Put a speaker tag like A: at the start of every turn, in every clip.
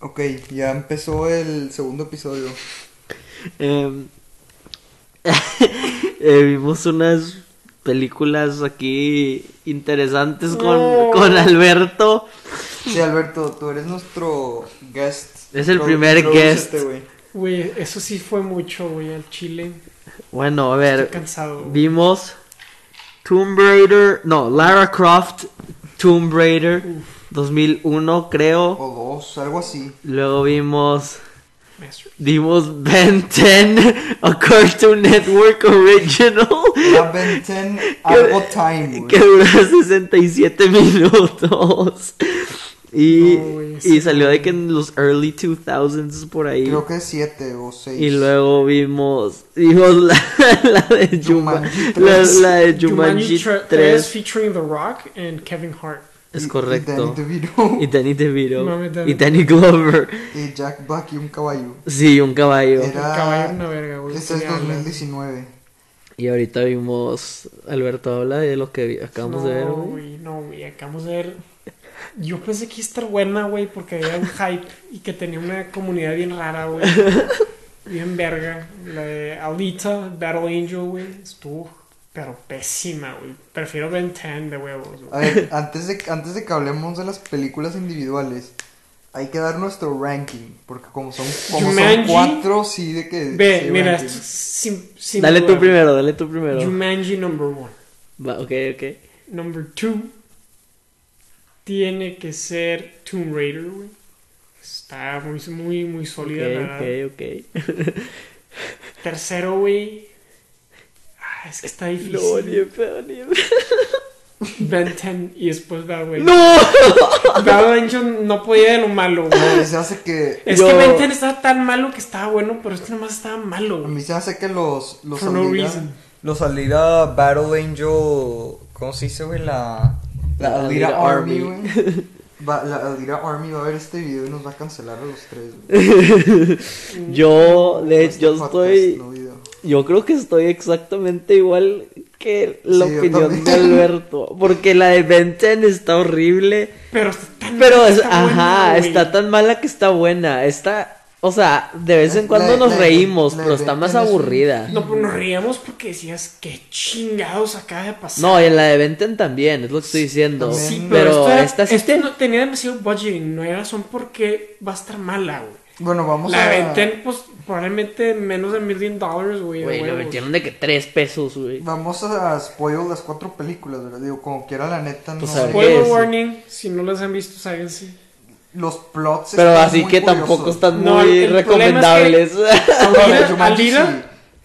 A: Ok, ya empezó el segundo episodio.
B: Em, eh, vimos unas películas aquí interesantes con, con Alberto.
A: Sí, Alberto, tú eres nuestro guest.
B: Es el
A: Pro-
B: primer
A: prodúcete,
B: guest.
A: güey.
C: Güey, eso sí fue mucho, güey, al chile.
B: Bueno, a
C: Estoy
B: ver,
C: cansado. güey.
B: vimos Tomb Raider, no, Lara Croft Tomb Raider 2001 creo.
A: O dos, algo así.
B: Luego vimos
C: Master-
B: Vimos Ben 10, a Cartoon Network Original,
A: La Benton Algo Time,
B: que
A: güey.
B: duró 67 minutos. Y,
C: No, güey,
B: y
C: sí.
B: salió de que en los early 2000s por ahí.
A: Creo que siete o seis.
B: Y luego vimos, vimos la, la de Juma-
A: Jumanji
B: la,
A: tres.
B: la de
C: Jumanji
B: Jumanji
C: tre-
B: 3.
C: featuring The Rock and Kevin Hart.
B: Es
A: Y- y Danny
B: correcto.
A: DeVito.
B: Y Danny DeVito.
C: Mames, Danny.
B: Y Danny Glover.
A: Y Jack Black y un caballo.
B: Sí, un caballo.
A: Era- Ah,
C: Caballo una verga, güey.
A: Este es
C: tenía alas.
A: 2019.
B: Y ahorita vimos, Alberto habla de lo que vi- acabamos
C: no,
B: de ver. güey.
C: güey. No, güey, acabamos de ver. Yo pensé que iba a estar buena, güey, porque había un hype y que tenía una comunidad bien rara, güey. Bien verga. La de Alita, Battle Angel, güey. Estuvo, pero pésima, güey. Prefiero Ben 10 de huevos,
A: A
C: güey.
A: ver, antes de, antes de que hablemos de las películas individuales, hay que dar nuestro ranking. Porque como son, como son
C: Jumanji.
A: cuatro, sí, de que.
C: Ve,
A: sí,
C: mira,
A: ranking.
C: esto es sin, sin
B: Dale tú
C: duda, güey.
B: primero, dale tú primero.
C: Jumanji number one.
B: Va, ok, ok.
C: Number two tiene que ser Tomb Raider, güey. Está muy, muy, muy sólida la verdad.
B: Ok, ok, ok.
C: Tercero, güey. Ah, es que está difícil.
B: No, ni de pedo, ni de pedo.
C: Ben 10 y después va, güey.
B: ¡No!
C: Battle Angel no podía de lo malo, güey.
A: A mí se hace que.
C: Es
B: Yo-
C: que Ben 10 estaba tan malo que estaba bueno, pero este nomás estaba malo,
A: A
C: güey.
A: mí se hace que los. los
C: For no
A: al ir a-
C: reason.
A: Los al ir a Battle Angel. ¿Cómo se dice, güey? La.
B: La
A: La
B: al
A: Alira
B: ir a
A: Army,
B: Army.
A: güey. Va- La Alira Army va a ver este video y nos va a cancelar a los tres, güey.
B: Yo, de,
A: Este
B: Eh, yo
A: podcast,
B: estoy.
A: no video.
B: Yo creo que estoy exactamente igual que la
A: Sí, yo
B: opinión de
A: también.
B: Alberto. Porque la de Benten está horrible.
C: Pero está tan
B: Pero,
C: malo que
B: es,
C: Mm, está bueno,
B: ajá,
C: güey.
B: está tan mala que está buena. Está. O sea, de vez en
A: La-
B: cuando
A: la-
B: nos
A: la-
B: reímos,
A: la de
B: pero está más
A: Benten es un-
B: aburrida.
C: No, pues nos reíamos porque decías, qué chingados acaba de pasar.
B: No, y en la de Benten también, es lo que estoy diciendo.
A: También.
C: Sí,
B: pero
C: pero,
B: esta
C: esta,
B: este sí
C: esta no tenía demasiado budgeting, no hay razón por qué va a estar mala, güey.
A: Bueno, vamos
C: La
A: a.
C: venden, pues, probablemente menos de million dollars, güey. de
B: Güey, lo
C: huevos.
B: metieron de que tres pesos, güey.
A: Vamos a spoil las cuatro películas, ¿verdad? Digo, como quiera, la neta,
B: Pues
A: no.
B: a ver.
C: Spoiler
B: Sí.
C: warning, si no las han visto, sáquense.
A: Los plots.
B: Pero
A: están
B: así
A: Este muy
B: que
A: curiosos.
B: tampoco están
C: No,
B: muy
C: el- el problema
B: recomendables.
C: es que-
A: La
C: Alira-
A: de Jumanji,
C: Alira
A: sí.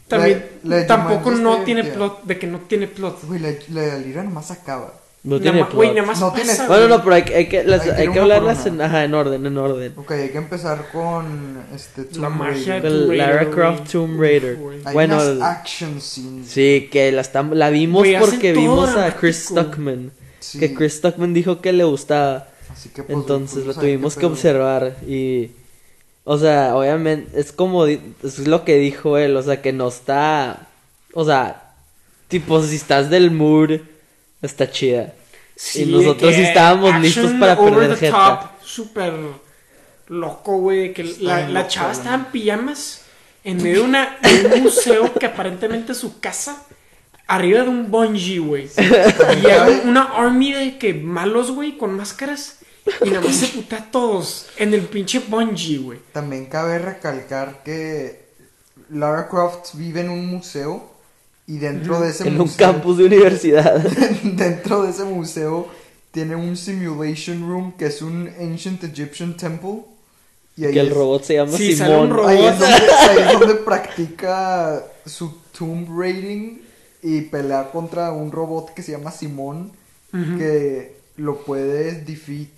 C: También,
A: La- este la de
C: tampoco
A: Jumanji
C: no
A: está
C: tiene
A: divertida.
C: plot, de que no tiene plot.
A: Güey, la, la de Alira nomás acaba.
B: no
C: Nada
B: tiene
C: más- güey,
B: plot.
C: nada más
A: No tiene-
C: pasa,
B: Bueno,
C: güey.
B: no, pero hay, que- hay que, las-
A: Hay que
B: hay
A: ir
B: que
A: una por
B: hablarlas
A: una.
B: en, ajá, en orden, en orden.
A: Ok, hay que empezar con. Este, Tomb
C: La magia
A: Raider.
C: de Tomb
B: Con Lara
C: Raider,
B: Croft
C: güey.
B: Tomb Raider.
C: Uf, güey.
A: Hay
B: Bueno,
A: unas ah.
B: el-
A: action scenes.
B: Sí, que la, estam- la vimos
C: Güey, hacen
B: porque
C: todo
B: vimos a
C: dramático.
B: Chris Stockman.
A: Sí,
B: Que Chris Stockman dijo que le gustaba.
A: así que, pues,
B: Entonces
A: fuimos
B: lo
A: a ver
B: tuvimos
A: qué
B: que
A: pedo.
B: observar y... O sea, obviamente, es como... di- Es lo que dijo él, o sea, que no está... O sea, tipo, si estás del mood, está chida.
C: Sí,
B: y nosotros
C: de
B: sí
C: que
B: estábamos
C: action
B: listos para
C: over
B: perder
C: the
B: jeta.
C: top, Súper loco, güey, de que
A: Está
C: la,
A: bien
C: la
A: loco,
C: chava
A: la
C: estaba en pijamas en medio de, una- de un museo que aparentemente es su casa, arriba de un bungee, güey. Y hay una army de que malos, güey, con máscaras. Y nada más se putea a todos en el pinche bungee, güey.
A: También cabe recalcar que Lara Croft vive en un museo y dentro de ese
B: En un
A: museo.
B: campus de universidad.
A: dentro de ese museo tiene un simulation room que es un ancient Egyptian temple y ahí
B: que el
A: es-
B: robot se llama
C: Sí, sale un
B: Simón.
C: robot.
A: ahí es donde, ahí es donde practica su tomb raiding y pelea contra un robot que se llama Simón que lo puede defeat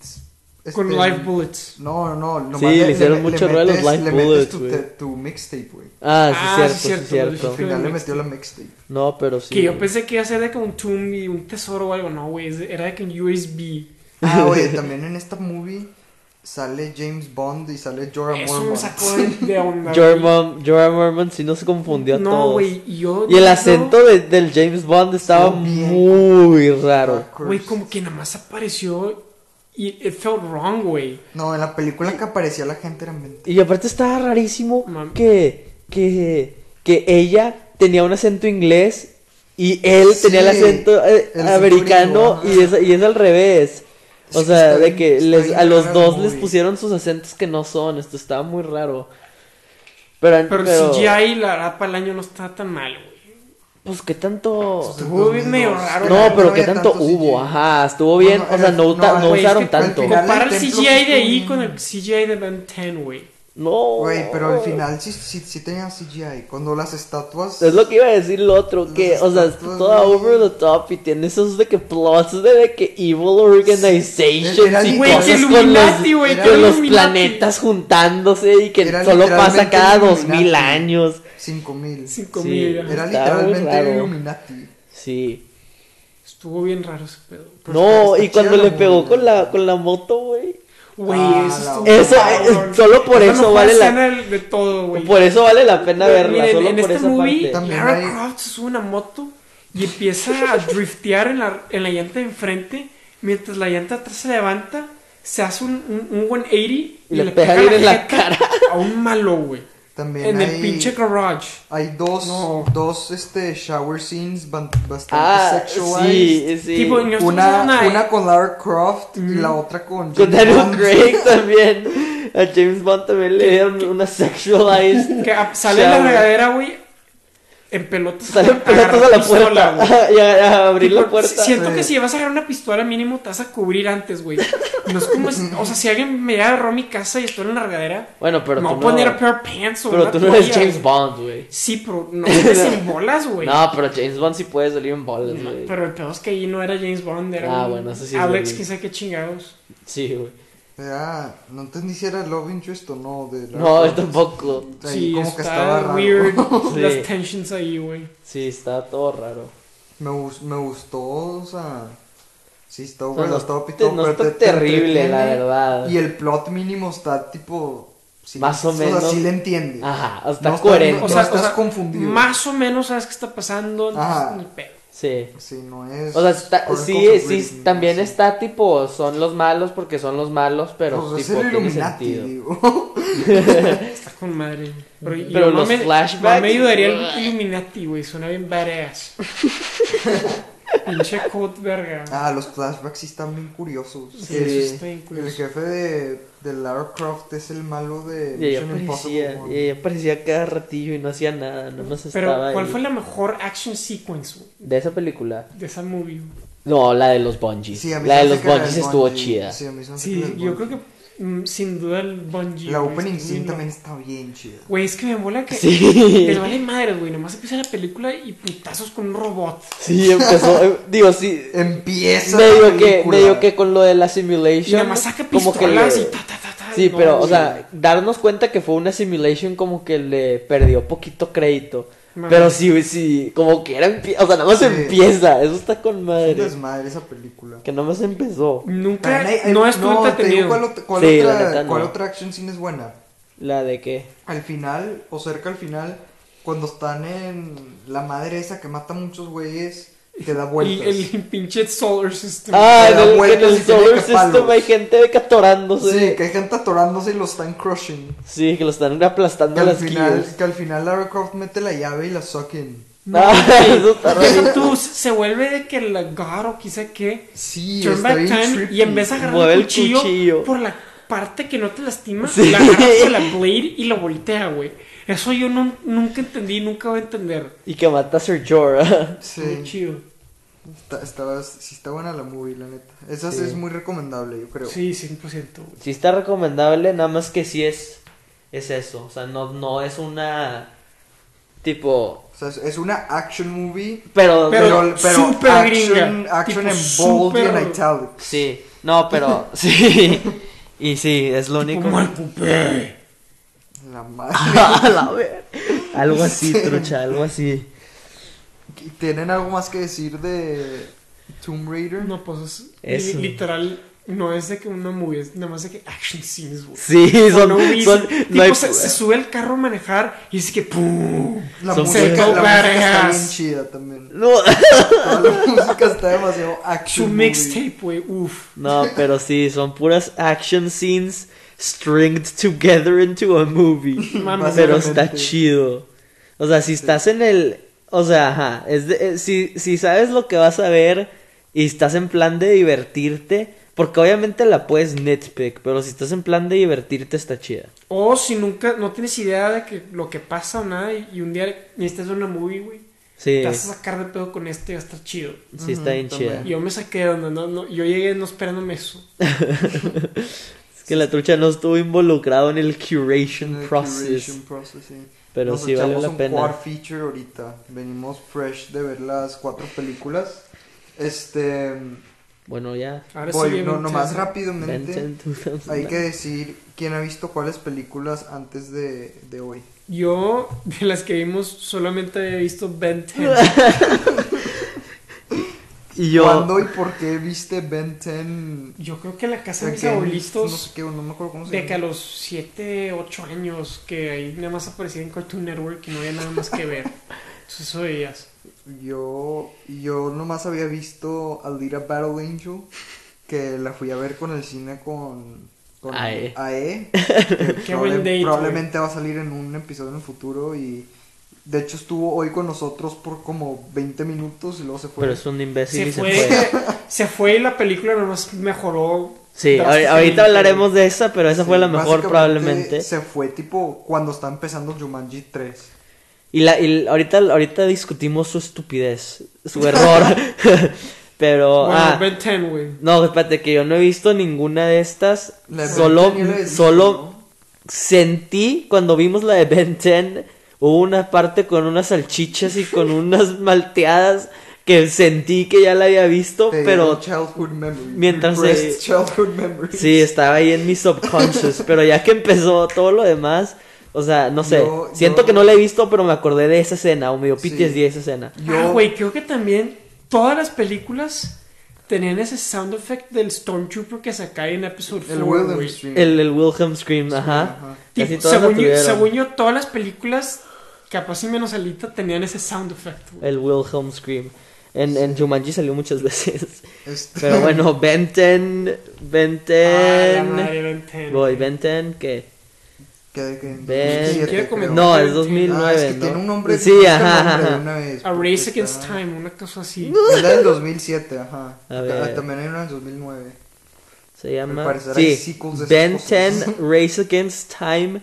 C: Con
A: este,
C: live bullets.
A: no, no, no.
B: Sí, le hicieron mucho ruido a los live
A: Le metes
B: bullets,
A: tu,
B: güey.
A: te- tu mixtape, güey.
B: Ah, sí,
C: Ah,
B: es
C: sí,
B: cierto, sí,
C: cierto,
B: cierto.
A: Al final le
C: mixtape.
A: metió la mixtape.
B: No, pero sí.
C: que yo pensé que iba a ser de que un tomb y un tesoro o algo. No, güey, es de- era de que un USB.
A: Ah, oye, también en esta movie sale James Bond y sale Jorah
C: Eso me
A: Mormont.
C: sacó de, de onda.
B: Jorah
C: güey.
B: Mormont- Jorah Mormont sí no se confundió a
C: No,
B: todos.
C: güey, y yo.
B: Y el
C: yo-
B: acento de- del James Bond estaba
A: Estuvo bien.
B: muy raro. pues,
A: Backwards.
C: Güey, como que nada más apareció y it felt wrong, güey.
A: No, en la película que aparecía la gente era mentira.
B: Y aparte estaba rarísimo
C: Mam-
B: que, que, que ella tenía un acento inglés y él
A: Sí,
B: tenía el acento eh,
A: el acento
B: americano
A: gringo,
B: y es,
A: ajá.
B: y es al revés.
A: Es
B: O
A: que
B: sea,
A: está
B: de
A: bien-
B: que
A: está
B: les-
A: bien
B: a los
A: raro,
B: dos les
A: güey.
B: pusieron sus acentos que no son. Esto estaba muy raro. Pero,
C: Pero,
B: pero-
C: el CGI, la verdad, para el año no está tan mal, güey.
B: Pues qué tanto.
C: Estuvo bien medio raro.
B: No, pero qué
A: había
B: tanto
A: tanto
B: hubo. Ah,
A: CGI.
B: Ajá, estuvo bien.
A: No, no,
B: o sea,
A: era-
B: no, uta-
A: no,
B: no
C: güey, es
B: usaron
C: que al
B: tanto.
A: final-
C: Compara el
A: del templo
C: CGI de
A: estuvo
C: ahí
A: bien.
C: con el CGI de Ben 10, güey.
B: No.
A: Güey, pero
B: oh.
A: al final sí, sí, sí tenía CGI. Cuando las estatuas.
B: Es lo que iba a decir lo otro, que,
A: Los
B: o sea, está
A: estatuas,
B: toda
A: güey.
B: over the top y tiene esos de que plots de, de que evil organizations
A: Era
B: y
A: literal-
C: Güey, que
B: cosas con
C: Illuminati,
B: los,
C: güey,
A: que
B: que los
C: Illuminati.
B: planetas juntándose y que
A: Era
B: solo pasa
A: literalmente
B: cada dos
A: Illuminati.
B: mil años.
A: 5000.
C: Cinco
B: Sí.
C: mil, ya.
A: Era
B: Estaba muy
A: literalmente
B: raro.
A: Illuminati.
B: Sí.
C: Estuvo bien raro ese pedo.
A: Pues Pero
B: no,
A: está-
B: y
A: está
B: cuando
A: chida
B: le
A: la
B: pegó
A: movie,
B: con la,
A: güey.
B: con la moto, güey.
C: Güey,
A: Ah,
C: eso estuvo
A: la-
B: Eso,
C: bien raro.
B: eh, solo por
C: Esa
B: eso
C: no fue
B: vale la-
C: escena del- de todo, güey.
B: Por eso vale la pena
C: Güey,
B: verla,
C: miren,
B: solo
C: en
B: por
C: este
B: esa
C: movie,
B: parte.
A: También
C: Lara
A: hay-
C: Croft se sube a una moto y empieza a driftear en la, en la llanta de enfrente, mientras la llanta atrás se levanta, se hace un, un, un 180 y,
B: Y le pega bien en la
C: jeta
B: cara.
C: a un malo, güey.
A: También
C: En
A: hay.
C: el pinche garage.
A: Hay dos,
C: No.
A: dos este, shower scenes ban- bastante
B: Ah,
A: sexualized.
B: sí, sí.
C: Tipo, no estoy diciendo
A: Una,
C: nada,
A: una
C: eh.
A: con Lara Croft y la otra con James
B: Con Daniel
A: Bond.
B: Craig también. A James Bond también le dieron una sexualized.
C: que a- sale de la
B: Shower.
C: regadera, güey, en pelotas.
B: Salen pelotas
C: agarra
B: a la
C: pistola,
B: puerta.
C: güey.
B: y a, a abrir
C: Tipo,
B: la puerta.
C: si- Siento
A: Sí.
C: que si vas a agarrar una pistola mínimo te vas a cubrir antes, güey. No es como, si- o sea, si alguien me agarró mi casa y estoy en la regadera,
B: Bueno, pero
C: me
B: tú
C: voy a
B: no.
C: poner a pair of pants o
B: pero
C: una
B: tú no eres
C: toalla,
B: James
C: güey.
B: Bond, güey.
C: Sí, pero no eres en bolas, güey.
B: No, pero James Bond sí puede salir en bolas,
C: No,
B: güey.
C: pero el pedo es que ahí no era James Bond, era
B: Ah,
C: un
B: bueno, eso sí es
C: Alex,
B: verdad.
C: quién sabe qué chingados.
B: Sí, güey.
A: Era, ah, no entendí si era Love Interest o no. De Lara
B: No,
A: Croft.
B: tampoco.
A: Ahí
C: sí,
A: como que
C: está
A: estaba raro.
C: weird
B: Sí.
C: las tensions ahí, güey.
B: Sí, está todo raro.
A: Me, gus- me gustó, o sea. Sí, está
B: O sea,
A: bueno,
B: no,
A: está
B: te-
A: pitón,
B: no
A: pero
B: está
A: te- te
B: terrible, la
A: entretiene.
B: verdad.
A: Y el plot mínimo está tipo. sí,
B: Más o
A: O sea,
B: menos. Ah.
A: sí le entiende.
B: Ajá, está
A: No está-
B: coherente.
A: No
C: O sea,
A: estás
C: o sea,
A: confundido.
C: Más o menos sabes qué está pasando, no
A: Ajá.
C: es ni pedo.
B: Sí.
A: Sí, no es.
B: O sea, está-
A: Chronicles
B: sí,
A: of
B: sí,
A: Riddick,
B: también
A: sí.
B: está tipo, son los malos porque son los malos, pero
A: Pues es
B: tipo,
A: el
B: tiene
A: Illuminati,
B: sentido.
A: digo.
C: Está con madre. Pero, yo
B: Pero
C: no
B: los
C: me,
B: flashbacks-
C: no me ayudaría el Illuminati, güey. Suena bien badass. Pinche code verga.
A: Ah, los flashbacks sí están bien curiosos.
C: Sí,
A: El-
C: eso está bien curioso.
A: El jefe de, de Lara Croft es el malo de
B: Y ella
A: Mission Impossible.
B: aparecía,
A: ¿no?
B: y ella aparecía cada ratillo y no hacía nada, no nos
C: Pero,
B: estaba
C: ¿cuál
B: ahí.
C: fue la mejor action sequence güey,
B: De esa película.
C: de esa movie? güey?
B: No, la de los bungees.
A: Sí, a mí
B: la
A: se
B: de
A: me
B: los
A: hace que la
B: bungees
A: del
B: estuvo
A: bungee.
B: chida.
A: Sí, a mí se me hace
C: Sí,
A: la del
C: yo
A: bungee.
C: creo que mm, sin duda el Bungie.
A: La
C: güey,
A: opening
C: estuvo
A: scene
C: bien
A: también
C: loco.
A: está bien chida.
C: Güey, es que me mola que.
B: Sí.
C: Les vale madre, güey. Nomás empieza la película y putazos con un robot.
B: Sí, empezó. eh, digo, sí.
A: Empieza. la
B: Medio que,
A: película.
B: medio que con lo de la
C: Y
B: simulation.
C: nada más saca
B: como que
C: pistolas
B: le-
C: y ta, ta, ta, ta.
B: Sí,
C: No,
B: pero, o
C: güey.
B: sea, darnos cuenta que fue una simulation como que le perdió poquito crédito.
C: Madre.
B: Pero sí, sí, como que era. empie- O sea, nada más
A: Sí.
B: empieza. Eso está con
A: Es un
B: madre.
A: desmadre esa película.
B: Que nada más empezó.
C: Nunca.
A: También hay- hay-
C: no estuvo
A: te digo cuál,
C: entretenido.
A: ot- cuál
B: Sí, la
A: otra,
B: neta,
A: cuál
B: no.
A: otra action scene es buena.
B: La de que.
A: Al final, o cerca al final, cuando están en la madre esa que mata muchos güeyes, te da
C: Y
A: vueltas.
C: el pinche Solar System.
B: Ah,
A: Se
B: en
A: da
B: el, en
A: vueltas
B: el
A: y tiene
B: Solar
A: que
B: System
A: palos.
B: hay gente de que atorándose.
A: Sí, que hay gente atorándose y lo están crushing.
B: Sí, que lo están
A: Que
B: aplastando
A: al,
B: las
A: final,
B: kills.
A: que al final Lara Croft mete la llave y la sucking.
B: Ah, eso está
C: Deja
B: raro.
C: tú, se se vuelve de que la God o quizá qué.
A: Sí,
C: Turn
A: está
C: back
A: bien
C: time
A: trippy.
C: y en vez de agarrar
B: Mueve
C: el
B: el
C: cuchillo,
B: cuchillo.
C: por la parte que no te lastima,
B: Sí.
C: la agarra por la blade y la voltea, güey. Eso yo nun- nunca entendí y nunca voy a entender.
B: Y que mata a Sir Jorah.
C: Muy
A: Sí,
C: chido.
A: está, está- sí está buena la movie, la neta. Esa
B: Sí.
A: es muy recomendable, yo creo.
C: Sí, 100%. güey.
B: Sí está recomendable, nada más que sí es, es eso. O sea, no, no es una... Tipo...
A: O sea, es- es una action movie,
B: Pero...
C: Pero-
A: pero, pero,
C: súper
A: action,
C: gringa.
A: action
C: Tipo,
A: en bold y
C: súper-
A: en italics.
B: Sí, no, pero... Sí. Y sí, es lo único...
C: Como el coupé.
A: La madre.
B: A la ver- Algo así, trucha, algo así.
A: ¿Y ¿Tienen algo más que decir de Tomb Raider?
C: No, pues es
B: Eso.
C: li- literal. No es de que una movie, es nada más de que action scenes, güey.
B: Sí,
C: For
B: son.
C: no reason.
B: son
C: Tipo,
B: no hay-
C: se, se sube al carro a manejar y dice que ¡pum!
A: La
B: Son
A: música, la música
C: ciertos
A: está
C: vergas.
A: bien chida también.
B: No,
A: Toda la música está demasiado action.
C: Su
A: movie.
C: mixtape, güey, uff.
B: No, pero sí, son puras action scenes stringed together into a movie.
C: Mames,
B: Pero
A: Básicamente.
B: está chido. O sea, si estás en el. O sea, ajá. Es de- eh, si, si sabes lo que vas a ver y estás en plan de divertirte. Porque obviamente la puedes nitpick. Pero si estás en plan de divertirte, está chida.
C: O si nunca, no tienes idea de que lo que pasa o nada y, y un día necesitas ver una movie, güey.
B: Sí,
C: Te vas a sacar de pedo con este, va a estar chido.
B: sí, está bien
A: Ujú,
B: chida.
A: también.
C: Y yo me saqué de onda, no, no, yo llegué no esperándome eso.
B: Es que la trucha no estuvo involucrado en el
A: En
B: curation
A: el
B: process.
A: curation process, sí.
B: Pero
A: Nos
B: sí vale
A: echamos
B: la
A: un
B: pena.
A: quad feature ahorita. Venimos fresh de ver las cuatro películas. Este.
B: Bueno, ya.
C: Ahora sí,
A: voy,
C: bien,
A: no,
C: bien,
A: nomás
C: sí.
A: rápidamente.
B: Benton 2000.
A: Hay que decir quién ha visto cuáles películas antes de, de hoy.
C: Yo, de las que vimos, solamente había visto Ben 10.
B: Y yo.
A: ¿Cuándo y por qué viste Ben 10?
C: Yo creo que en la casa de mis
A: Again,
C: abuelitos.
A: No sé qué, no me acuerdo cómo se
C: De que a
A: llama.
C: los 7, 8 años, que ahí nada más aparecía en Cartoon Network y no había nada más que ver. Entonces eso veías.
A: Yo, yo nomás había visto A Little Battle Angel, que la fui a ver con el cine con, con E,
B: AE.
A: que
C: Qué buen date, güey.
A: probablemente va a salir en un episodio en el futuro y de hecho estuvo hoy con nosotros por como 20 minutos y luego se fue.
B: Pero es un imbécil
C: Se
B: y
C: fue,
B: se fue.
C: se fue y la película nada más mejoró.
B: Sí, ahor- ahorita hablaremos de esa, pero esa
A: Sí,
B: fue la mejor
A: básicamente
B: probablemente.
A: Se fue tipo cuando está empezando Jumanji 3.
B: Y, la, y ahorita, ahorita discutimos su estupidez, su error. pero...
C: Bueno,
B: ah,
C: Ben 10, güey.
B: no, espérate, que yo no he visto ninguna de estas.
A: La de Ben
B: solo
A: 10 yo la he visto,
B: solo
A: ¿no?
B: sentí cuando vimos la de Ben 10, hubo una parte con unas salchichas y con unas malteadas que sentí que ya la había visto,
A: Te
B: pero
A: dieron childhood memory.
B: mientras se-
A: Repressed childhood memory.
B: Sí, estaba ahí en mi subconscious, pero ya que empezó todo lo demás, o sea, no sé,
A: Yo-
B: siento
A: yo-
B: que no la he visto, pero me acordé de esa escena, o me dio
A: Sí.
B: PTSD de esa escena.
A: Yo-
C: Ah, güey, creo que también todas las películas tenían ese sound effect del Stormtrooper que se cae en Episode 4,
A: El Wilhelm
C: güey.
A: Scream.
B: El, el Wilhelm Scream, ajá.
A: ajá.
C: Tipo,
B: Casi todas la
C: según, yo,
B: tuvieron.
C: según yo, todas las películas, capaz y menos Alita, tenían ese sound effect, güey.
B: El Wilhelm Scream. En, en Jumanji salió muchas veces.
A: Este-
B: Pero bueno, Benten,
C: Ah, la
B: Benten.
C: madre, Ben 10.
B: Voy, Benten, ¿qué?
A: Que, que en
B: Ben-
A: 2007,
C: Quiere comentar.
A: creo.
B: No, es
C: Ah,
B: 2009.
A: Ah, es que
B: ¿no?
A: tiene un nombre.
B: Sí,
A: busca el
B: ajá,
A: nombre de
B: ajá.
A: una vez,
C: A
A: porque
C: Race
A: está-
C: Against Time, una cosa así.
A: Es la del 2007, ajá.
B: A ver.
A: Ah, También hay una del 2009.
B: Se llama.
A: parecer hay
B: Sí,
A: sequels de esas
B: Ben
A: cosas.
B: 10 Race Against Time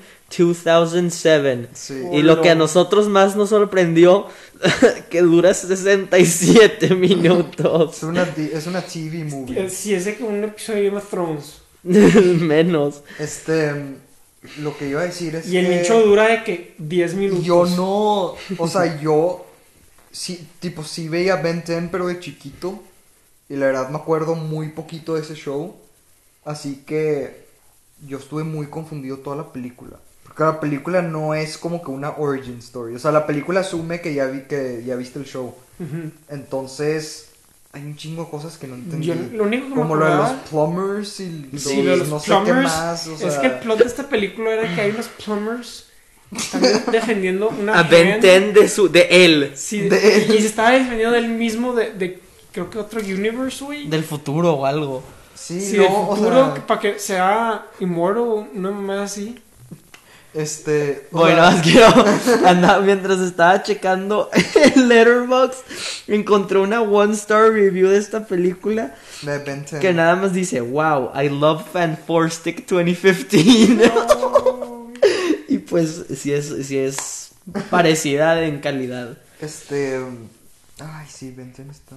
B: 2007.
A: Sí.
B: Y lo que a
C: Hola.
B: nosotros más nos sorprendió, que dura 67
A: Es
B: minutos.
A: una, di- es una TV movie.
C: Si es de que un episodio de Game of Thrones.
B: Menos.
A: Este. mm, Lo que iba a decir es.
C: Y el
A: que
C: nicho dura de que 10 minutos.
A: Yo no. O sea, yo. Sí, tipo, sí veía Ben 10, pero de chiquito. Y la verdad me acuerdo muy poquito de ese show. Así que. Yo estuve muy confundido toda la película. Porque la película no es como que una origin story. O sea, la película asume que ya, vi, que ya viste el show.
C: Ujú.
A: Entonces, hay un chingo de cosas que no entendí.
C: Yo lo único que me
A: como lo de los
C: acordaba-
A: plumbers y los,
C: Sí, lo de los
A: no sé qué
C: plumbers.
A: más. O sea,
C: Es que el plot de esta película era que hay unos plumbers que están defendiendo una.
B: A Ben
C: hand.
B: 10 de, su, de él.
C: Sí,
A: De él.
C: y se estaba defendiendo del mismo de, de creo que otro universe, güey.
B: Del futuro o algo.
A: sí,
C: Sí,
A: no,
C: del
A: o
C: futuro,
A: sea,
C: que para que sea inmortal, una mamá así.
A: este. o
B: Bueno,
A: sea,
B: más quiero. andaba- mientras estaba checando el Letterboxd, encontré una one-star review de esta película
A: de Ben 10.
B: que nada más dice: Wow, I love Fanforstic 2015. y pues, si es, sí es parecida en calidad.
A: Este. um, Ay, sí, Ben 10 está.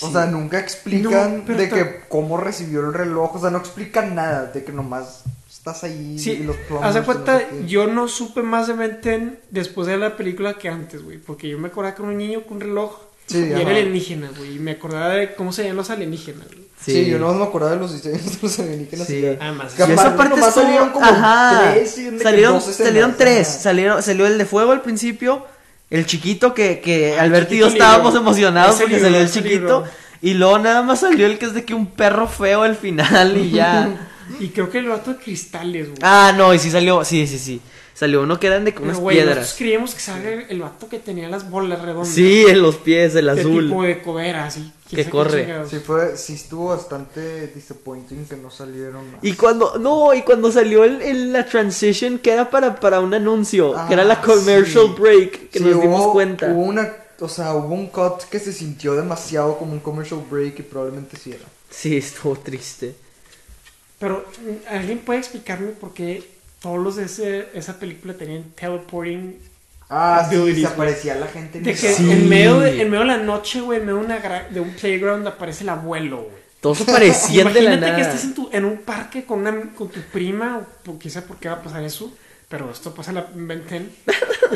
A: O
B: Sí.
A: sea, nunca explican
C: No, pero
A: de
C: ta-
A: que cómo recibió el reloj. O sea, no explican nada. De que nomás estás ahí y
C: Sí,
A: los plumbers.
C: haz de
A: y
C: cuenta,
A: no sé qué.
C: yo no supe más de Ben 10 después de la película que antes, güey. Porque yo me acordaba que era un niño con un reloj
A: Sí,
C: y era
A: ajá.
C: alienígena, güey. Y me acordaba de cómo se llaman los alienígenas, güey.
A: Sí, yo no me acordaba de los diseños de los alienígenas.
B: Sí. Ah,
A: y ya.
C: Además,
A: Capaz-
B: Y esa parte
A: nomás
B: estuvo-
A: salieron como
B: ajá,
A: tres y de que
B: salieron,
A: dos escenas,
B: salieron tres,
A: ajá.
B: salieron, salió el de fuego al principio, el chiquito que, que
C: Ah,
B: Alberto y yo
C: chiquito
B: estábamos
C: libro.
B: emocionados
C: Ese
B: porque
C: libro,
B: salió el
C: ese
B: chiquito
C: libro.
B: Y luego nada más salió el que es de que un perro feo al final y ya.
C: Y creo que el vato de cristales, güey.
B: ah, no, y sí salió, sí, sí, sí. Salió uno que eran de que
C: Pero,
B: unas
C: güey, nosotros
B: piedras.
C: creíamos que salga el vato que tenía las bolas redondas.
B: Sí, en los pies, el
C: De
B: azul.
C: tipo de cobera, así.
B: Que
C: Quién sabe qué
B: corre.
C: chingados.
A: Sí, fue, sí estuvo bastante disappointing que no salieron más.
B: Y cuando, no, y cuando salió el, el- la transition que era para, para un anuncio, que era la
A: Ah,
B: commercial
A: sí.
B: break, que
A: Sí,
B: nos dimos
A: hubo-
B: cuenta.
A: Hubo una, o sea, hubo un cut que se sintió demasiado como un commercial break y probablemente sí era.
B: Sí, estuvo triste.
C: Pero, ¿alguien puede explicarme por qué todos los de ese- esa película tenían teleporting?
A: Ah, sí,
C: Abilities,
A: se aparecía la gente en
C: De
A: el-
C: que
B: Sí.
C: en, medio de, en medio de la noche, güey, en medio de, una gra- de un playground aparece el abuelo, güey.
B: Todos aparecían de la
C: Imagínate
B: nada.
C: que estés en, tu- en un parque con, una- con tu prima, o por- quizá por qué va a pasar eso, pero esto pasa en la Venten,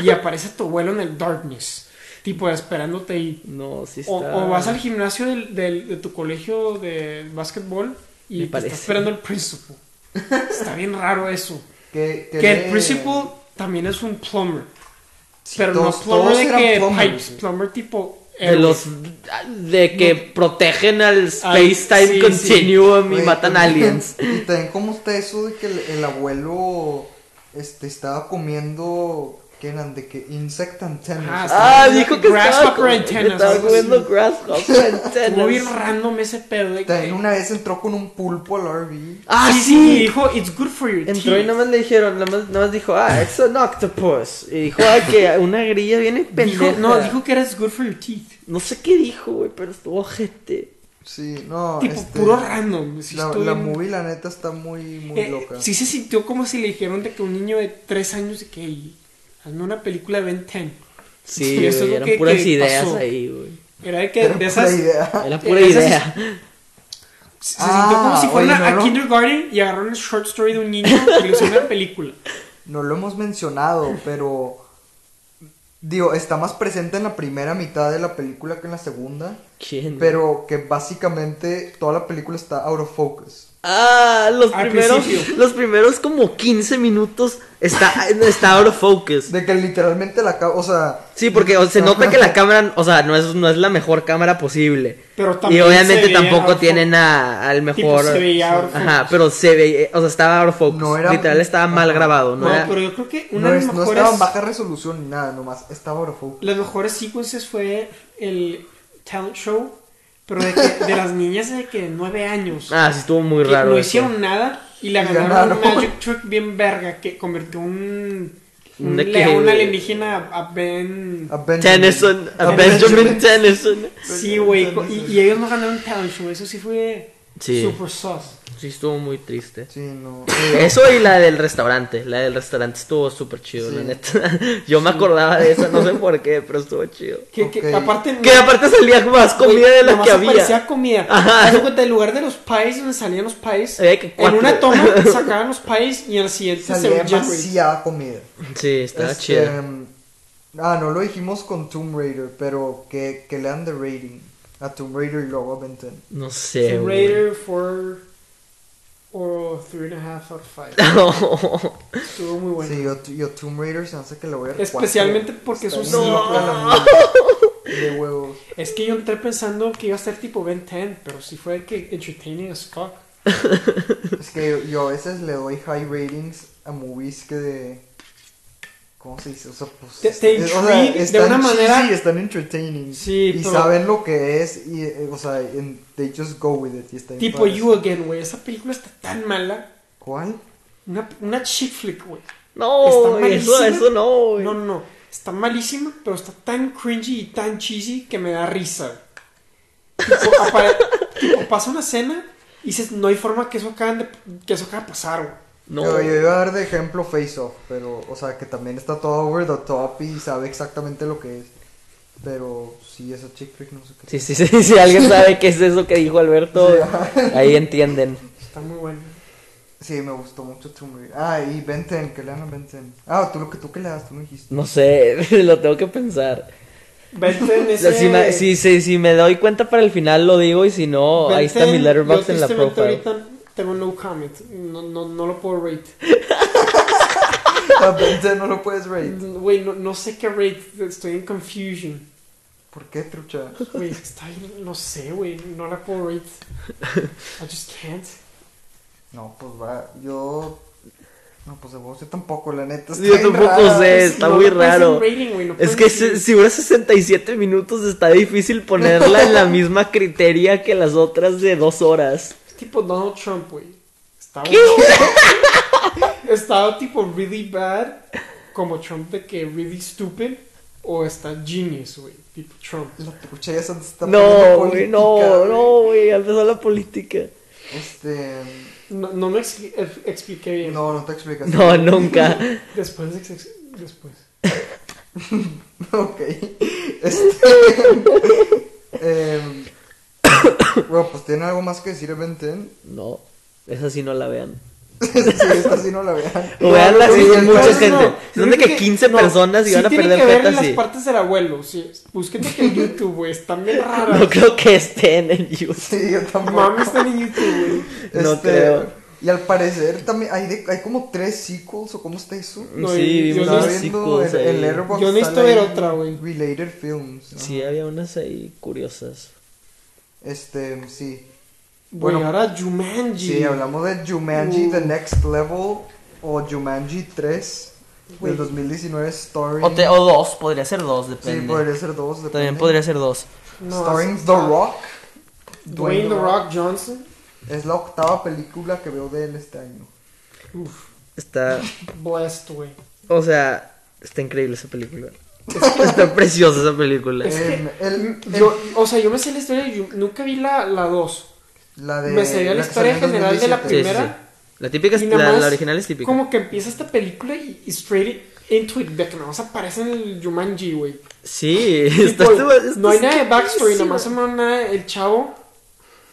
C: y aparece tu abuelo en el darkness, tipo esperándote ahí.
B: No, sí está.
C: O, o vas al gimnasio del, del- de tu colegio de básquetbol
B: Me
C: y te está
B: parece.
C: esperando el principal. Está bien raro eso.
A: que,
C: Que el
A: le-
C: principal también es un plumber.
A: sí,
C: Pero
A: todos-
C: no plumber
A: todos
C: de
A: eran
C: que
A: plumbers,
C: pipes,
A: güey.
C: plumber tipo.
B: de los de que protegen al
C: Ay,
B: space time
C: sí,
B: continuum y
A: Güey,
B: matan
A: también-
B: aliens.
A: Y también como está eso de que el, el abuelo este, estaba comiendo, ¿qué eran? De que insect antennas.
C: Ah,
B: Ah,
C: Estaba
B: dijo que
C: comiendo
B: estaba,
C: grasshopper
B: comiendo-
C: antennas,
B: estaba
C: algo
B: comiendo
C: así.
B: grasshopper
C: Estuvo bien
B: antennas.
C: random ese pedo. de que-
A: También una vez entró con un pulpo al RV.
B: Ah,
C: Sí, sí,
B: sí.
C: dijo, it's good for your
B: Entró y
C: teeth".
B: nomás le dijeron, nomás, nomás dijo, ah, it's an octopus. Y dijo, ah, que una grilla viene
C: Dijo-
B: pendeja.
C: no, dijo que eras good for your teeth.
B: No sé qué dijo, güey, pero estuvo ojete.
A: Sí, no,
C: tipo,
A: este,
C: puro random. Sí,
A: la,
C: estuvo
A: la
C: bien-
A: movie la neta está muy, muy
C: Eh,
A: loca.
C: Sí se sintió como si le dijeron de que un niño de 3 años de que "Ey, hazme una película de Ben 10.
B: Sí,
C: Y eso es
B: güey,
C: lo
B: eran
C: que-
B: puras
C: que
B: ideas
C: pasó.
B: ahí, güey.
C: Era de que
A: Era
C: de
A: pura
C: esas
A: idea.
B: Era pura
C: esas-
B: idea.
C: Se sintió como
A: Ah,
C: si fuera
A: oye,
C: a
A: no, no.
C: kindergarten y agarraron el short story de un niño y le hicieron una película.
A: No lo hemos mencionado, pero. Digo, está más presente en la primera mitad de la película que en la segunda.
B: ¿Quién?
A: Pero que básicamente toda la película está out of focus.
B: Ah, los
C: Al
B: primeros,
C: principio.
B: los primeros como 15 minutos está, está out of focus.
A: De que literalmente la. ca- O sea.
B: Sí, porque o, se nota que la cámara, o sea, no es, no es la mejor cámara posible.
C: Pero
B: Y
C: también se
B: obviamente
C: veía out
B: tampoco
C: of
B: tienen a- al
C: Tipo,
B: mejor.
C: se veía out of
B: Ajá,
C: focus.
B: pero se veía, o sea, estaba out of focus.
A: No era-
B: Literal estaba mal
A: Ajá.
B: grabado,
C: No,
B: ¿no? era-
C: pero yo creo que una
A: No,
C: de
A: es-
C: las
A: no
C: mejores,
A: estaba en baja resolución ni nada, nomás estaba out of focus.
C: las mejores sequences fue el talent show, pero de, que- de las niñas de que 9 años.
B: Ah, sí, estuvo muy
C: que
B: raro.
C: no
B: eso.
C: hicieron nada y la
A: Y
C: ganaron,
A: ganaron.
C: un magic trick bien verga que convirtió un, un
B: ¿De qué,
C: león
B: güey?
C: alienígena a a Ben.
A: A Benjamin-
B: Tennyson, a Benjamin Tennyson.
C: Sí, güey. co- Y, y ellos no ganaron talent show. Eso sí fue
B: Sí.
C: super sauce.
B: Sí, estuvo muy triste.
A: Sí, no. eh,
B: Eso y la del restaurante. La del restaurante estuvo súper chido, la
A: Sí.
B: neta. Yo me acordaba de esa, no sé por qué, pero estuvo chido.
C: Que, que
A: Ok.
C: aparte.
B: Que aparte salía más comida de la
C: nomás
B: que había.
C: aparecía comida.
B: Ajá.
C: Haz de cuenta, en lugar de los pies donde salían los pies,
B: Había que
C: en
B: cuatro.
C: una toma sacaban los pies y en el siguiente
A: Salía
C: se Jeffrey.
A: demasiada comida.
B: Sí, estaba
A: Este,
B: chido.
A: Ah, no lo dijimos con Tomb Raider, pero que, que le dan de rating a Tomb Raider y luego a Ben 10.
B: No sé,
C: Tomb
B: güey.
C: Raider oh, 4 o 3.5 out of 5.
B: No.
C: Estuvo muy bueno.
A: Sí, yo, yo Tomb Raider se me hace que lo voy a dar cuatro.
C: Especialmente porque es un
A: Está bien
C: sequel.
A: loca la mía. De huevos.
C: Es que yo entré pensando que iba a ser tipo Ben 10, pero sí fue que entertaining as fuck.
A: Es que yo, yo a veces le doy high ratings a movies que de... ¿Cómo se dice? O sea, pues...
C: Te- te
A: es-
C: intrigue de
A: están
C: una manera-
A: cheesy, están entertaining.
C: Sí,
A: Y
C: pero-
A: saben lo que es y, eh, o sea, en- they just go with it. Y está bien
C: Tipo
A: padre.
C: You Again, güey. Esa película está tan mala.
A: ¿Cuál?
C: Una, una chick flick, güey. Está
B: No, eso,
C: malísima.
B: eso no, güey.
C: No, no, no. Está malísima, pero está tan cringy y tan cheesy que me da risa. Tipo, apare- tipo, pasa una escena y dices, no hay forma que eso acaben de, que eso acabe de pasar, güey.
B: No.
A: Yo, yo iba a dar de ejemplo Face Off, pero, o sea, que también está todo over the top y sabe exactamente lo que es. Pero sí, esa chick flick no sé qué.
B: Sí, sí, sí, si alguien sabe qué es eso que dijo Alberto, ahí entienden.
C: Está muy bueno.
A: Sí, me gustó mucho Tomb Raider. Ah, y Ben 10, que le dan a Ben 10. Ah, tú lo que tú que le das, tú me dijiste.
B: No sé, lo tengo que pensar.
C: Vete en
B: O sea,
C: ese...
B: Si me, si, si- si me doy cuenta para el final lo digo y si no, ahí está mi letterbox
C: letterbox
B: en la profile.
C: ahorita tengo no comment. No, no, no lo puedo rate.
A: A Ben 10 no lo puedes rate.
C: Güey, no, no sé qué rate. Estoy en confusion.
A: ¿Por qué, trucha?
C: Güey, es que está bien, no sé, güey, no la puedo rate. I just can't.
A: No, pues va, yo... No, pues de vos, yo tampoco, la neta. está
B: Yo
A: bien
B: tampoco
A: rara.
B: sé. Está muy
C: le puedes dar
B: raro.
C: un rating, güey, no
B: Es
C: puedes
B: que
C: decir-
B: si, si dura 67 minutos está difícil ponerla en la misma criteria que las otras de dos horas.
C: Es tipo Donald Trump, güey. Estaba. bueno. Estaba tipo really bad, como Trump de que really stupid, o está genius, güey, tipo Trump.
A: La trucha ya se está poniendo
B: No, güey,
A: política,
B: no,
A: güey.
B: no, güey, ya empezó la política.
A: Este...
C: No, no me expli- eh, expliqué bien.
A: No, no te explicas.
B: No, nunca.
C: Después, ex- ex- después.
A: Ok. Este. em, bueno, pues tiene algo más que decir Ben 10.
B: No, esa sí no la vean.
A: sí, esta sí no la vean.
B: O veanla si
A: no,
B: son
A: no,
B: mucha
A: no,
B: gente.
C: no.
B: Si son de que
C: Tiene
B: 15
C: no,
B: personas y
C: sí
B: van a
C: tiene
B: perder
C: que ver
B: feta,
C: las
B: sí.
C: partes del abuelo, sí. Búsquenlo que en YouTube, güey, están bien raras.
B: No creo que estén en YouTube.
A: Sí, yo
C: Mami
A: tampoco. Este,
C: están en YouTube, güey.
B: No creo.
A: Y al parecer también hay, de- hay como tres sequels o cómo está eso.
C: No,
B: sí,
C: y- yo
B: vimos
C: no-
B: unos
A: Estaba viendo
B: sequels
A: el, el
B: ahí.
A: Letterboxd,
C: Yo necesito
A: sale
C: ver
A: ahí
C: otra, güey.
A: Related Films. ¿no?
B: Sí, había unas ahí curiosas.
A: Este, sí.
C: Bueno,
A: Bueno.
C: ahora Jumanji.
A: Sí, hablamos de Jumanji
C: Uh.
A: The Next Level o Jumanji 3
C: Güey.
A: del 2019 Story.
B: O, te- o dos, podría ser dos,
A: Sí,
B: depende.
A: podría ser dos. Depende.
B: También podría ser dos.
C: No,
A: Starring
C: es-
A: The Rock.
C: Dwayne The Rock Johnson.
A: Es la octava película que veo de él este año.
C: Uf,
B: Está,
C: blessed, güey.
B: o sea, está increíble esa película. Está preciosa esa película.
C: Es que
A: Em, el- el-
C: Yo, o sea, yo me sé la historia, yo nunca vi la 2.
A: La de,
C: me sabía la
A: que
C: historia
A: salió en
C: general de la
A: 2017.
B: Sí, sí,
C: primera.
B: La típica, es-
C: Y nada
B: la,
C: más,
B: la original es típica.
C: Como que empieza esta película y, y straight into it, de que nada más aparece en el Jumanji, güey.
B: Sí, está,
C: Tipo,
B: está-
C: No hay
B: está
C: nada de backstory, nada más se
B: carísima.
C: nada. El chavo,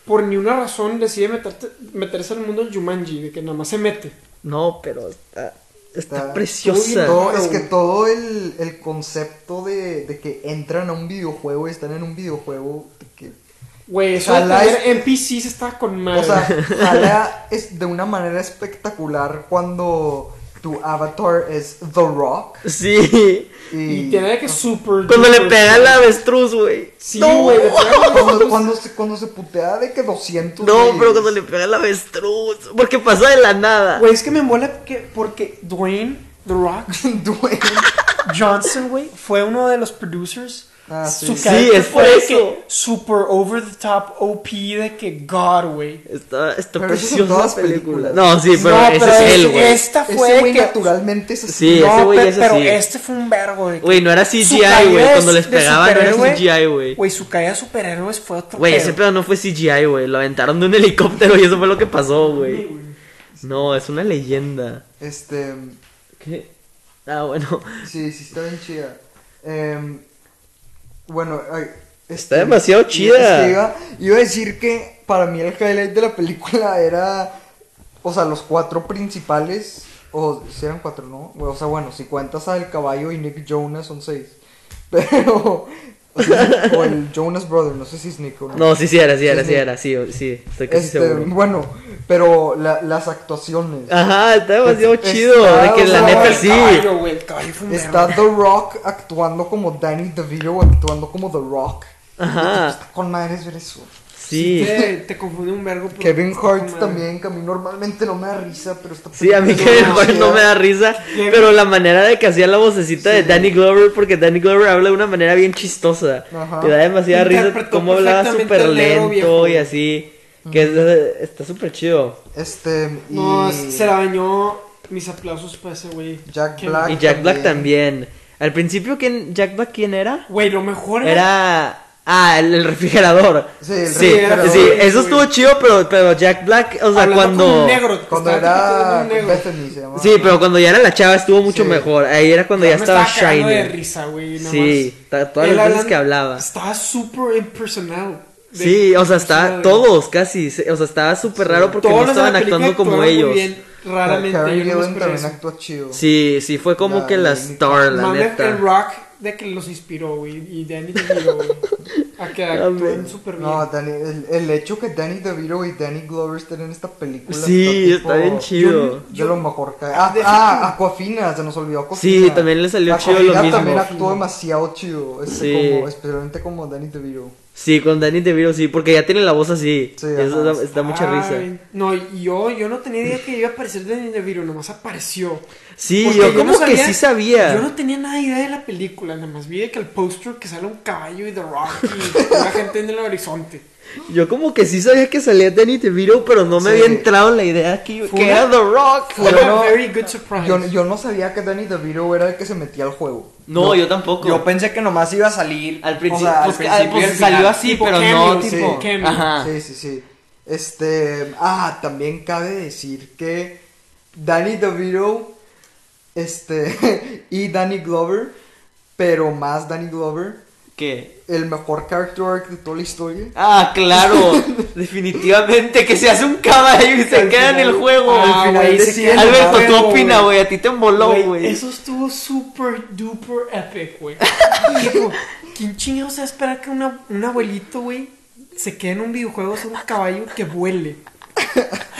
C: por ni una razón, decide meterte- meterse al mundo del Jumanji, de que nada más se mete.
B: No, pero está, está
A: Está-
B: preciosa.
A: Todo-
C: Claro,
A: es que
C: güey.
A: todo el, el concepto de, de que entran a un videojuego y están en un videojuego. de que-
C: Güey, eso
A: Ojalá
C: de tener
A: es-
C: NPCs está con madre.
A: o sea, jala es de una manera espectacular cuando tu avatar es The Rock.
B: Sí.
A: Y,
C: y tiene de que super.
B: Cuando le
C: duper-
B: pega al avestruz, güey.
C: Sí,
B: no,
C: güey, le pega al
A: cuando,
C: avestruz.
A: cuando se, cuando se putea de que 200.
B: No,
A: güey,
B: pero cuando le pega al avestruz. Porque pasa de la nada.
C: Güey, es que me mola que, porque Dwayne The Rock
A: duele.
C: Johnson, güey, fue uno de los producers.
A: Ah, sí.
C: Su
A: Sí,
C: carácter
B: es
C: fue
B: por
C: de
B: eso.
C: que super over the top OP de que God, güey.
B: Está, está
A: Pero esas son
B: preciosa
A: todas
B: la película.
A: películas.
B: No, sí, pero ese es él, güey.
C: Esta
A: Ese
C: fue de
A: güey
C: que.
A: naturalmente es así.
B: Sí,
C: No,
B: ese güey
C: pe-
B: es
C: pero
B: así.
C: este fue un vergo, de que-
B: Güey, no era
C: Su
B: CGI,
C: caída
B: güey.
C: de-
B: Cuando les
C: de
B: pegaban no era
C: superhéroe,
B: CGI, güey.
C: Güey, su caída de superhéroes fue otro.
B: Güey,
C: pedo.
B: ese pedo no fue CGI, güey. Lo aventaron de un helicóptero y eso fue lo que pasó, güey. No, es una leyenda.
A: Este.
B: ¿Qué? Ah, bueno.
A: Sí, sí, está bien chida. Em, bueno, ay,
B: Está demasiado chida.
A: es que iba, iba a decir que para mí el highlight de la película era. O sea, los cuatro principales. O si eran cuatro, ¿no? O sea, bueno, si cuentas al caballo y Nick Jonas son seis. Pero. O, sea, o el Jonas Brother, no sé si es Nick o no.
B: No, sí, sí era, sí era,
A: Sí,
B: sí
A: sí.
B: era. Sí, sí, estoy casi
A: Este,
B: seguro.
A: bueno, pero la- las actuaciones.
B: Ajá, está demasiado
A: Está-
B: chido. de que
A: o
B: la
A: sea,
B: neta
C: el
B: sí.
C: Caballo, güey, el caballo fue un
A: Está
C: vergo.
A: The Rock actuando como Danny DeVito, actuando como The Rock.
B: Ajá,
A: Está con madres ver eso.
B: sí.
C: Te, te confunde un vergo. pero-
A: Kevin Hart
C: Madre.
A: también, que a mí normalmente no me da risa, pero está
B: Sí, a mí
A: está
B: Kevin
A: muy
B: Hart no
A: chida.
B: me da risa, pero la manera de que hacía la vocecita de
A: Sí.
B: Danny Glover, porque Danny Glover habla de una manera bien chistosa,
A: Ajá.
B: te da demasiada risa
C: Interpretó
B: cómo hablaba
C: perfectamente
B: súper
C: al negro,
B: lento
C: viejo.
B: y así, que es- está súper chido.
A: Este, y.
C: No, se la bañó. Mis aplausos para ese güey.
A: Jack
C: Kevin-
A: Black.
B: Y Jack Black
A: también.
B: también. Al principio, ¿quién, Jack Black quién era?
C: Güey, lo mejor
B: Era... Ah, el, el refrigerador.
A: Sí, el
B: sí,
A: refrigerador.
B: sí, eso estuvo chido, pero, pero Jack Black, o sea,
C: Hablando
B: cuando...
C: como un negro, que
A: Cuando
C: estaba
A: era.
C: tratando como un negro.
A: Bethany se llamaba.
B: Sí, pero cuando ya era la chava estuvo mucho
A: Sí.
B: mejor. Ahí era cuando ya
C: me
B: estaba
C: cagando de
B: Shiny.
C: risa, güey, nada
B: Sí, ta-
C: más.
B: todas
C: Él
B: las veces
C: hablando-
B: que hablaba.
C: Estaba súper impersonal. De-
B: Sí, o sea, está
C: impersonal,
B: todos casi. se- O sea, estaba súper raro porque
C: Todos
B: no
C: los de la
B: estaban
C: película
B: actuando como
C: actuaron
B: ellos.
C: muy bien, raramente.
A: Karen
C: yo no me
A: Gillan
C: esperaba
A: también
C: eso.
A: actúa chido.
B: Sí, sí, fue como
A: La-
B: que la
A: la-
B: star, la
C: Mames, el
B: neta.
C: rock de que los inspiró, güey. Y Danny DeVito, güey. A que actúen
B: Amén.
C: súper bien.
A: No, Danny- el, el hecho que Danny DeVito y Danny Glover estén en esta película.
B: Sí, está bien
A: tipo
B: chido.
A: De lo mejor que. Ah, ah, Aquafina, se nos olvidó Aquafina.
B: Sí, también le salió chido
A: Aquafina
B: lo mismo.
A: también actuó demasiado chido. Este,
B: Sí.
A: como, especialmente como Danny DeVito.
B: Sí, con Danny DeVito sí, porque ya tiene la voz así.
A: Sí,
B: Eso
A: ajá.
B: da, da mucha risa.
C: Ay, No, y yo, yo no tenía idea que iba a aparecer Danny DeVito, nomás apareció.
B: Sí,
C: Porque
B: yo,
C: no
B: como que sí sabía.
C: Yo no tenía nada idea de la película, nada más vi de que el póster que sale un caballo y The Rock y la gente en el horizonte.
B: Yo como que sí sabía que salía Danny DeVito, pero no me
A: Sí.
B: había entrado en la idea que,
C: Fue
B: que
C: una-
B: era The Rock.
A: Yo
C: Fue una
A: no-
C: very good surprise.
A: Yo, yo no sabía que Danny DeVito era el que se metía al juego.
B: No, yo tampoco.
D: Yo pensé que nomás iba a salir.
B: Al principio,
D: o sea, al
B: pues, que-
D: principio
B: pues,
D: y al
B: salió
D: final.
B: así,
C: Tipo
B: pero no
C: cameo, sí,
B: tipo.
C: cameo.
B: Ajá.
A: Sí, sí, sí. Este. Ah, también cabe decir que Danny DeVito este, y Danny Glover, pero más Danny Glover,
B: ¿Qué?
A: el mejor character arc de toda la historia.
B: Ah, claro. Definitivamente que se hace un caballo y se
A: Al
B: queda en el
A: final-
B: juego.
A: al final
C: güey,
A: deciden
C: se queda en el
B: Alberto,
C: juego,
B: ¿tú opina, güey? A ti te moló,
C: Güey,
B: güey.
C: Eso estuvo super duper epic, güey. Tipo, ¿quién chingados se va a esperar que una- un abuelito, güey, se quede en un videojuego sobre un caballo que vuele?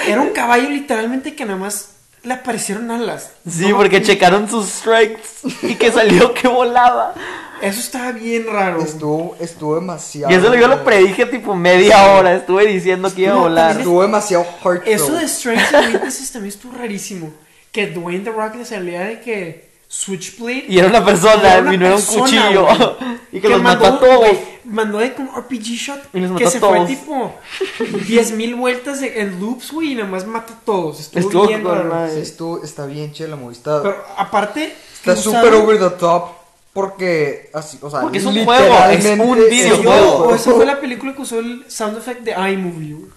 C: Era un caballo literalmente que nada más le aparecieron alas.
B: Sí, porque checaron sus strikes y que salió que volaba.
C: Eso estaba bien raro. güey.
A: Estuvo, estuvo demasiado.
B: Y eso yo lo predije tipo media hora. Estuve diciendo que iba a
C: No,
B: volar.
C: también
A: Estuvo demasiado heartfelt.
C: Eso de Strengths and Weaknesses también estuvo rarísimo. Que Dwayne The Rock le salía de que Switchblade.
B: Y era una persona,
C: Era una
B: y no era un
C: persona,
B: cuchillo.
C: güey.
B: Y que los mató a todos.
C: güey, mandó de que un RPG shot
B: Y los mató
C: que
B: a
C: se
B: todos.
C: fue tipo 10.000 vueltas de- en loops, güey, y nada más mató a todos. Estuvo,
B: Estuvo
C: bien
B: con
C: raro.
B: madre.
A: Sí, estuvo- está bien chela, mo, está-
C: Pero aparte,
A: Está
C: que
A: súper
C: usaron-
A: over the top. Porque, así, o sea,
B: Porque es un
A: literalmente
B: juego, es un
A: es
B: videojuego.
A: un
C: o esa fue la película que usó el sound effect de iMovie, güey.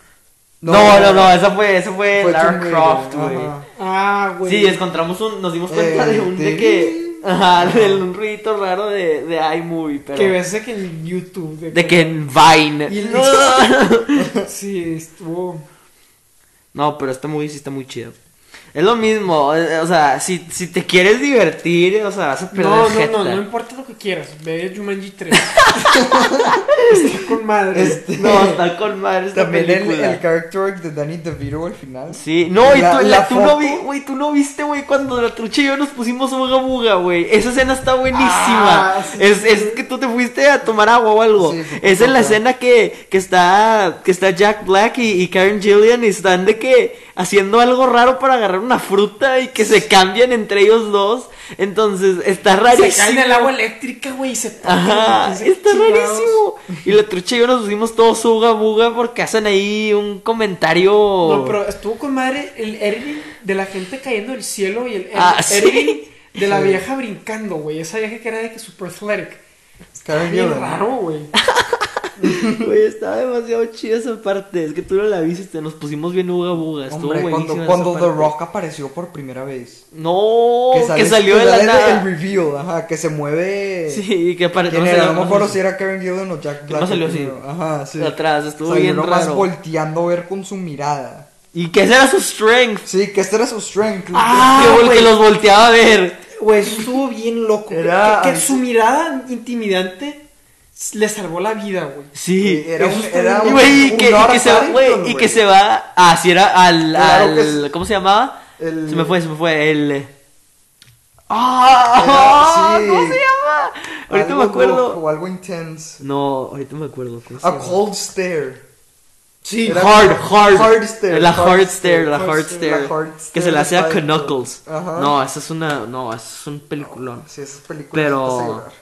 B: No, no, no, esa fue, esa fue,
A: Fue
B: Lara
A: Tomb Raider,
B: Croft, güey.
A: ajá.
C: Ah, güey.
B: Sí, encontramos un, nos dimos cuenta
A: Eh,
B: de un, de
A: de-
B: que, ajá, de un ruidito raro de, de iMovie, pero,
C: Que ves de que en YouTube. De,
B: de que en Vine.
C: Y el- Sí, estuvo.
B: No, pero esta movie sí está muy chida. Es lo mismo, eh, o sea, si, si te quieres divertir, o sea, vas a perder
C: No, no,
B: jeta.
C: no, no importa lo que quieras. Ve Jumanji 3. Está con madre.
A: Este-
B: No, está con madre esta
A: También el,
B: película.
A: el character arc de Danny DeVito al final.
B: Sí, no, y
A: La-
B: tú,
A: la
B: la- tú no
A: foto.
B: vi, güey, tú no viste, güey, cuando la trucha y yo nos pusimos buga buga, güey. Esa escena está buenísima.
C: Ah, sí,
B: es, es que tú te fuiste a tomar agua o algo.
A: Sí, sí,
B: es en la
A: ajá.
B: escena que, que está que está Jack Black y, y Karen Gillian y están de que haciendo algo raro para agarrar una fruta y que se cambian entre ellos dos. Entonces, está rarísimo.
C: Se cae en el agua eléctrica, güey, y se tocan,
B: Ajá,
C: güey,
B: está
C: chingados.
B: rarísimo. Y la trucha y yo nos pusimos todos uga buga porque hacen ahí un comentario.
C: No, pero estuvo con madre el editing de la gente cayendo del cielo y el
B: Ah, sí.
C: editing de la vieja brincando, güey. Esa vieja que era de que super athletic.
A: Karen
C: Bien
A: Gillan.
C: raro, güey.
B: Güey, estaba demasiado chida esa parte. Es que tú no la viste, nos pusimos bien uga buga. Estuvo
A: Hombre,
B: buenísima
A: cuando,
B: esa
A: cuando The
B: parte.
A: Rock apareció por primera vez.
B: No, que,
A: sale-
B: salió
A: que
B: de la
A: sale
B: nada.
A: El reveal, ajá, que se mueve.
B: Sí, que apareció.
A: ¿Quién
B: No,
A: era?
B: salió-
A: No me acuerdo si era Karen Gillan o Jack Black.
B: No salió
A: el
B: así.
A: primero. Ajá, sí.
B: De atrás, estuvo
A: Salió
B: bien
A: nomás
B: raro.
A: volteando a ver con su mirada.
B: Y que ese era su strength.
A: Sí, que este era su strength.
C: Ah,
B: que, vol-
C: güey.
B: que los volteaba a ver.
C: Güey, eso estuvo bien loco. güey.
A: Era-
C: Que, que su mirada intimidante le salvó la vida, güey.
B: Sí.
A: Sí, era
C: eso
A: un,
C: está
A: era
B: Y,
A: un,
B: güey, y
A: un
B: que, y
A: Lord
B: que se va,
A: Paddington,
B: güey, y que se va. Ah, sí, era al.
A: Claro
B: al-
A: que es-
B: ¿Cómo se llamaba?
A: el-
B: Se me fue, se me fue. El. eh, ¡Ah!
A: sí.
B: ¿Cómo se llama? Ahorita
A: algo
B: me acuerdo.
A: loco, algo intense.
B: No, ahorita me acuerdo. ¿cómo se
A: A
B: llama?
A: cold stare.
C: Sí,
A: Era
B: hard,
A: como-
B: hard,
A: hard stare,
B: La
A: hard
B: hard, stare, la
A: stare,
B: hard
A: hard
B: stare.
A: stare, la hard
B: que
A: stare
B: se la
A: de
B: hace a
A: Spike Jonze.
B: Knuckles.
A: Ajá.
B: No, esa es una. No, esa es un peliculón.
A: Sí, esas películas. te hacen
B: Pero.
A: llorar.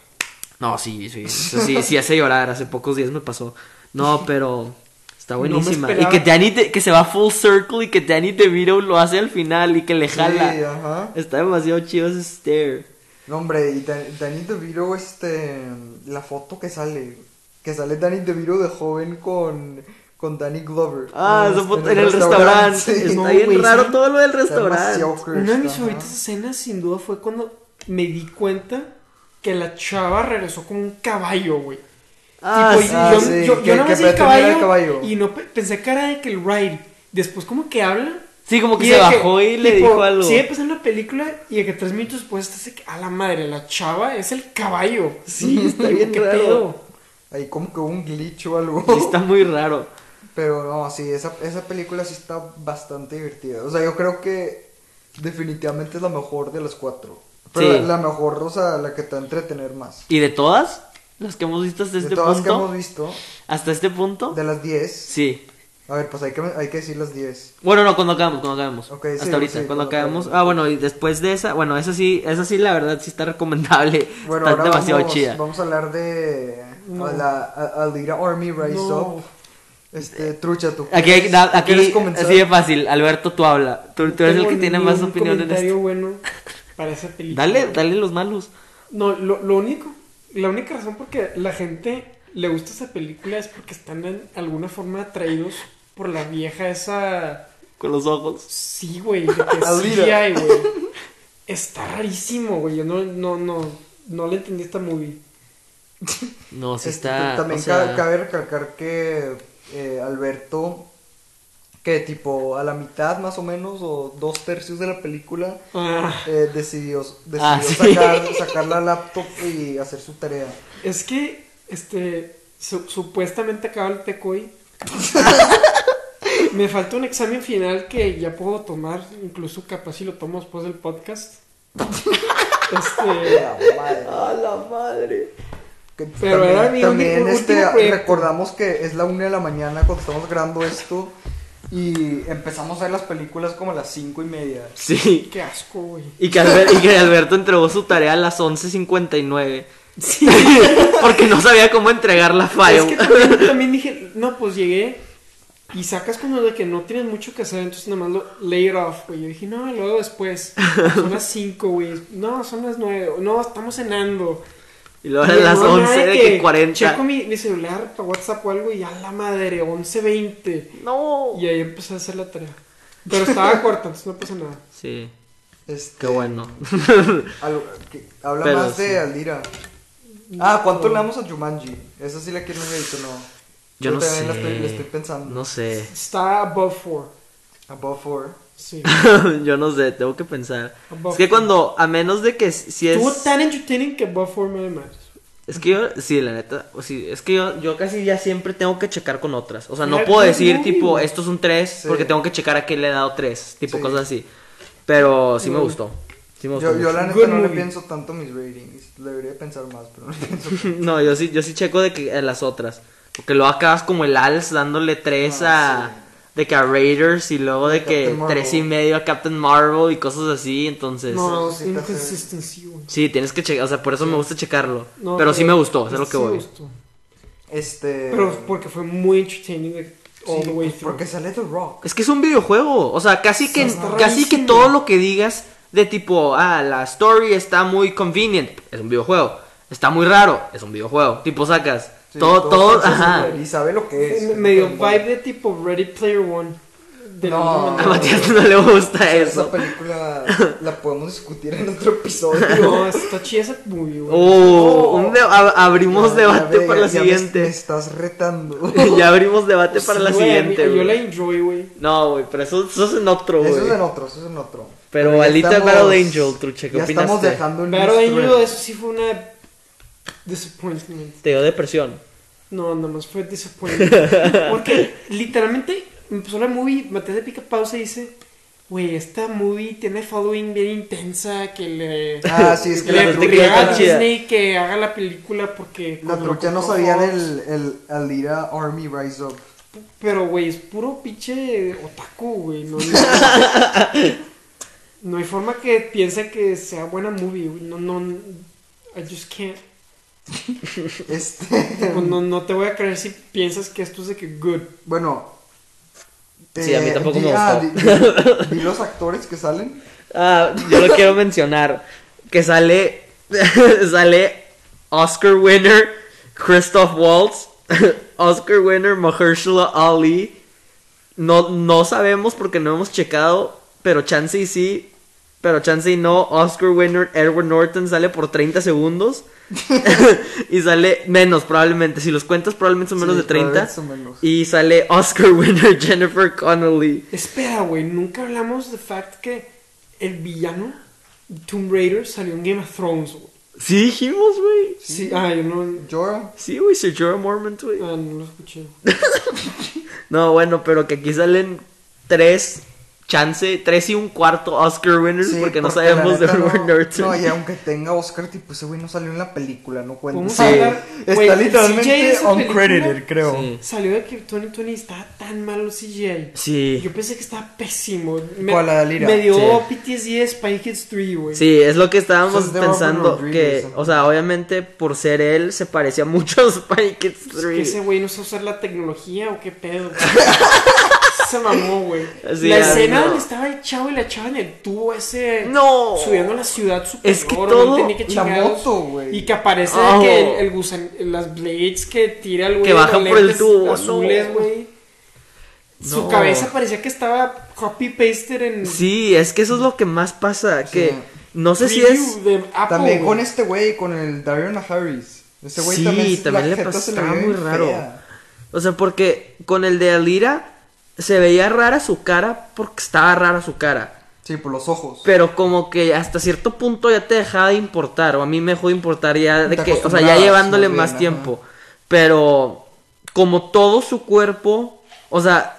B: No, sí, sí. eso Sí, sí, hace llorar. Hace pocos días me pasó. No, pero. Está
C: me
B: buenísima. y
C: esperaba.
B: que Danny. De- que se va full circle y que Danny DeVito lo hace al final y que le jala.
A: Sí, ajá.
B: Está demasiado chido ese stare.
A: No, hombre, y Dan- Danny DeVito, este. La foto que sale. Que sale Danny DeVito de joven con. Con Danny Glover.
B: Ah,
A: Este,
B: esa foto en el restaurante.
A: sí.
B: Está
C: No,
B: bien
C: güey,
B: raro
C: sí.
B: todo lo del
A: Está
B: restaurante.
A: demasiado cringe,
C: Una de mis
A: ajá.
C: favoritas escenas, sin duda, fue cuando me di cuenta que la chava regresó con un caballo, güey.
B: Ah,
C: Tipo, y
B: sí.
A: ah,
C: yo,
A: sí,
C: yo, yo
A: que-
C: nada
A: que
C: más vi el
A: pretendía
C: caballo,
A: el caballo.
C: y no pe- pensé que era de que el ride. Después, como que habla.
B: Sí, como que
C: y
B: se
C: de
B: bajó y le
C: tipo,
B: dijo algo.
C: Sigue pasando la película y de que tres minutos después estás de que, a la madre, la chava es el caballo.
B: Sí, está bien
C: ¿Qué
B: raro.
C: pedo?
A: Ahí como que hubo un glitch o algo.
B: Y está muy raro.
A: Pero no, sí, esa, esa película sí está bastante divertida. O sea, yo creo que definitivamente es la mejor de las cuatro. Pero
B: Sí.
A: la, la mejor, o sea, la que te va a entretener más.
B: ¿Y de todas? Las que hemos visto hasta
A: De
B: este
A: todas que hemos
B: punto.
A: visto,
B: Hasta este punto.
A: de las 10.
B: Sí.
A: A ver, pues hay que, hay que decir las 10.
B: Bueno, no, cuando acabemos, cuando acabemos.
A: Ok, sí,
B: hasta ahorita,
A: sí,
B: cuando
A: cuando
B: acabemos.
A: acabemos.
B: Ah, bueno, y después de esa, bueno, esa sí, esa sí, la verdad, sí está recomendable.
A: Bueno,
B: está
A: ahora
B: demasiado
A: vamos,
B: chida.
A: vamos a hablar de
C: No.
A: a la a- Alira Army Rise
C: No.
A: Up. Este, trucha, tú.
B: Aquí, hay-
A: quieres-
B: da- aquí
A: ¿quieres comenzar?
B: así de fácil, Alberto, tú habla. Tú, tú eres el
C: tengo
B: que tiene
C: ni
B: más
C: un
B: opinión en
C: comentario
B: esto.
C: bueno para esa película.
B: Dale, dale los malos.
C: No, lo, lo único, la única razón por que la gente le gusta esa película es porque están en alguna forma atraídos por la vieja esa...
B: Con los ojos.
C: Sí, güey, de que sí
A: Alvira.
C: hay, güey. Está rarísimo, güey. Yo no, no, no, no le entendí esta movie.
B: No, sí
A: Este,
B: está.
A: También
B: o sea,
A: ca- cabe recalcar que eh, Alberto, que tipo a la mitad más o menos, o dos tercios de la película,
C: Ah,
A: eh, decidió, decidió
B: Ah, sí.
A: sacar, sacar la laptop y hacer su tarea.
C: es que, este, su- supuestamente acaba el tecoy. Me falta un examen final que ya puedo tomar, incluso capaz si lo tomo después del podcast. Este,
A: La madre.
B: ¡A la madre!
A: Que
C: Pero
A: también,
C: era mi
A: también,
C: único-
A: este,
C: último proyecto.
A: recordamos que es la una de la mañana cuando estamos grabando esto y empezamos a ver las películas como a las cinco y media.
B: Sí.
C: qué asco, güey.
B: Y que, Albert- y que Alberto entregó su tarea a las 11.59. Sí. Porque no sabía cómo entregar la file.
C: Es que también, también dije, no, pues llegué y sacas como de que no tienes mucho que hacer, entonces nada más lo lay it off, güey. Yo dije, no, lo hago después. Son las 5, güey. No, son las 9. No, estamos cenando.
B: Y luego eran las
C: No, nada
B: 11 de que 40.
C: Checo mi, mi celular para WhatsApp o algo y a la madre, 11.20.
B: No.
C: Y ahí empecé a hacer la tarea. Pero estaba corta, entonces no pasa nada.
B: Sí.
A: Este,
B: Qué bueno.
A: algo que- habla
B: Pero
A: más
B: sí.
A: de Aldira. Ah, ¿cuánto le damos a Jumanji? Esa sí la quiero ver y tú no.
B: Yo no
A: también
B: sé.
A: La estoy, la estoy pensando.
B: No sé.
C: Está above 4.
A: Above four.
C: Sí.
B: Yo no sé, tengo que pensar.
C: Above
B: Es que
C: four.
B: cuando, a menos de que s- si es.
C: Estuvo tan entertaining que above 4 me más.
B: Es que yo, sí, la neta, o sí, es que yo, yo casi ya siempre tengo que checar con otras. O sea, no
C: Mira,
B: puedo
C: qué
B: decir,
C: movie.
B: tipo, esto es un 3,
A: Sí.
B: porque tengo que checar a qué le he dado 3, tipo
A: Sí.
B: cosas así. Pero sí me
C: Wow.
B: gustó. Sí me gustó.
A: Yo, yo
B: mucho.
A: la neta
C: Good
A: no le
C: movie.
A: pienso tanto mis ratings. Debería pensar más, pero no le pienso.
B: no, yo sí, yo sí checo de que a las otras. Porque luego acabas como el Als dándole 3 a. De que a Raiders y luego de que
A: Captain Marvel.
B: tres y medio a Captain Marvel y cosas así, entonces.
C: No,
A: sí, está feo.
C: inconsistency, güey.
B: Sí, tienes que checar, o sea, por eso me gusta checarlo.
C: No,
B: pero sí me gustó, eso es
C: este
B: lo que
C: sí me
B: voy.
C: gustó.
A: Este.
C: Pero porque fue muy entertaining like, all
A: sí,
C: the way
A: pues,
C: through.
A: porque sale The Rock.
B: Es que es un videojuego. O sea, casi que,
C: Está
B: casi que
C: rarísimo.
B: todo lo que digas de tipo, ah, la story está muy convenient, es un videojuego. Está muy raro, es un videojuego. Tipo sacas.
A: Sí,
B: todo, todo,
A: eso es
B: ajá.
A: super- Y sabe lo que es.
C: Me-
A: es
C: medio
A: super
C: vibe de tipo Ready Player One. De
A: No.
C: alguna
B: A
C: manera.
B: Matías no le gusta
A: Esa
B: eso.
A: película la podemos discutir en otro episodio.
C: No, está chida esa movie, güey.
B: Oh, un de- ab- abrimos
A: Ya,
B: debate
A: ya ve,
B: para la
A: ya me- Me
B: siguiente.
A: estás retando.
B: ya abrimos debate para la
C: Sí, güey, a mí-
B: siguiente,
C: Yo la
B: güey.
C: enjoy, güey.
B: No, güey, pero eso, eso es en otro, güey.
A: Eso es en otro, eso es en otro.
B: Pero
A: ya
B: Alita
A: estamos-
B: Battle Angel, trucha, ¿qué
A: Ya estamos
B: opinaste?
A: dejando un
C: Pero
A: easter
C: Angel,
A: egg.
C: eso sí fue una. Disappointment.
B: Te dio depresión.
C: No, nada más fue disappointment. Porque literalmente empezó la movie, Matías de pica pausa y dice. Güey, esta movie tiene following bien intensa que le.
A: Ah, sí, es que
B: La
A: la
C: le
B: trucha
A: trucha,
C: riega a
B: está chida.
C: Disney que haga la película porque.
A: la
C: como
A: trucha
C: lo
A: no
C: compró
A: sabía
C: Fox.
A: del el Alita Army Rise Up.
C: Pero, güey, es puro pinche otaku, güey. No, no, no hay forma que piense que sea buena movie, güey. No, no. I just can't.
A: Este,
C: Tipo, no, no te voy a creer si piensas que esto es de que good.
A: bueno.
B: Sí, a mí tampoco me
A: ah,
B: gustó.
A: di- di- di los actores que salen.
B: Ah, yo lo quiero mencionar. Que sale. sale Oscar winner Christoph Waltz. Oscar winner Mahershala Ali. No, no sabemos porque no hemos checado. Pero chance y sí. Pero chance y no. Oscar winner Edward Norton sale por 30 segundos. y sale menos probablemente. Si los cuentas probablemente son menos
A: Sí,
B: de 30.
A: probablemente son menos.
B: Y sale Oscar winner Jennifer Connelly.
C: Espera, güey, nunca hablamos de fact que el villano de Tomb Raider salió en Game of Thrones, güey.
B: Sí dijimos, güey.
C: Sí, ah, yo no.
A: Jorah.
B: Sí, güey, Sir Jorah Mormont, güey.
C: Ah, no lo escuché.
B: No, bueno, pero que aquí salen tres chance, tres y un cuarto Oscar winners
A: Sí,
B: porque no
A: porque la
B: sabemos de
A: neta no-
B: Edward Norton.
A: No, y aunque tenga Oscar, tipo, ese güey no salió en la película, no cuenta.
C: ¿Podemos
B: Sí.
C: hablar?
A: Está
C: Güey, el CGI de
A: literalmente
C: esa
A: uncredited,
C: película
A: creo.
B: Sí.
C: Salió de que 2020 y estaba tan malo CGI.
B: Sí,
C: Yo pensé que estaba pésimo. Me,
A: ¿Cuál, la de Lira?
C: me dio
B: Sí.
C: PTSD de Spy Kids 3, güey.
B: sí, es lo que estábamos
A: Eso es de
B: pensando.
A: Robert Rodriguez,
B: Que,
A: ajá.
B: o sea, obviamente por ser él se parecía mucho a Spy Kids
C: Que ese
B: 3.
C: güey no sabe usar la tecnología o qué pedo. güey. Se mamó, güey.
B: Sí,
C: la
B: ah,
C: escena
B: no.
C: donde estaba el chavo y la chava en el tubo ese.
B: No.
C: Subiendo a la ciudad superior.
B: Es que
C: güey,
B: todo-
C: tenía que
A: La
C: chingados.
A: moto, güey.
C: Y que aparece
B: Oh.
C: que el, el gusan, las blades que tira el güey.
B: Que bajan
C: los
B: por el
C: lentes
B: tubo,
C: Azules,
B: no.
C: güey.
B: No.
C: Su cabeza parecía que estaba copy-pasted en.
B: Sí, es que eso es lo que más pasa. Que
A: Sí.
B: no sé si
C: preview
B: es.
C: de Apple,
A: También
C: güey.
A: con este güey, con el Darion Harris. Este güey
B: Sí,
A: también,
B: también le
A: jeta
B: pasó-
A: se le ve
B: estaba muy
A: bien
B: raro.
A: fea.
B: O sea, porque con el de Alira se veía rara su cara porque estaba rara su cara.
A: Sí, por los ojos.
B: Pero como que hasta cierto punto ya te dejaba de importar, o a mí me dejó de importar ya de
A: Te
B: que, o sea, ya
A: acostumbrabas,
B: llevándole
A: más
B: más
A: bien,
B: tiempo. Pero como todo su cuerpo, o sea,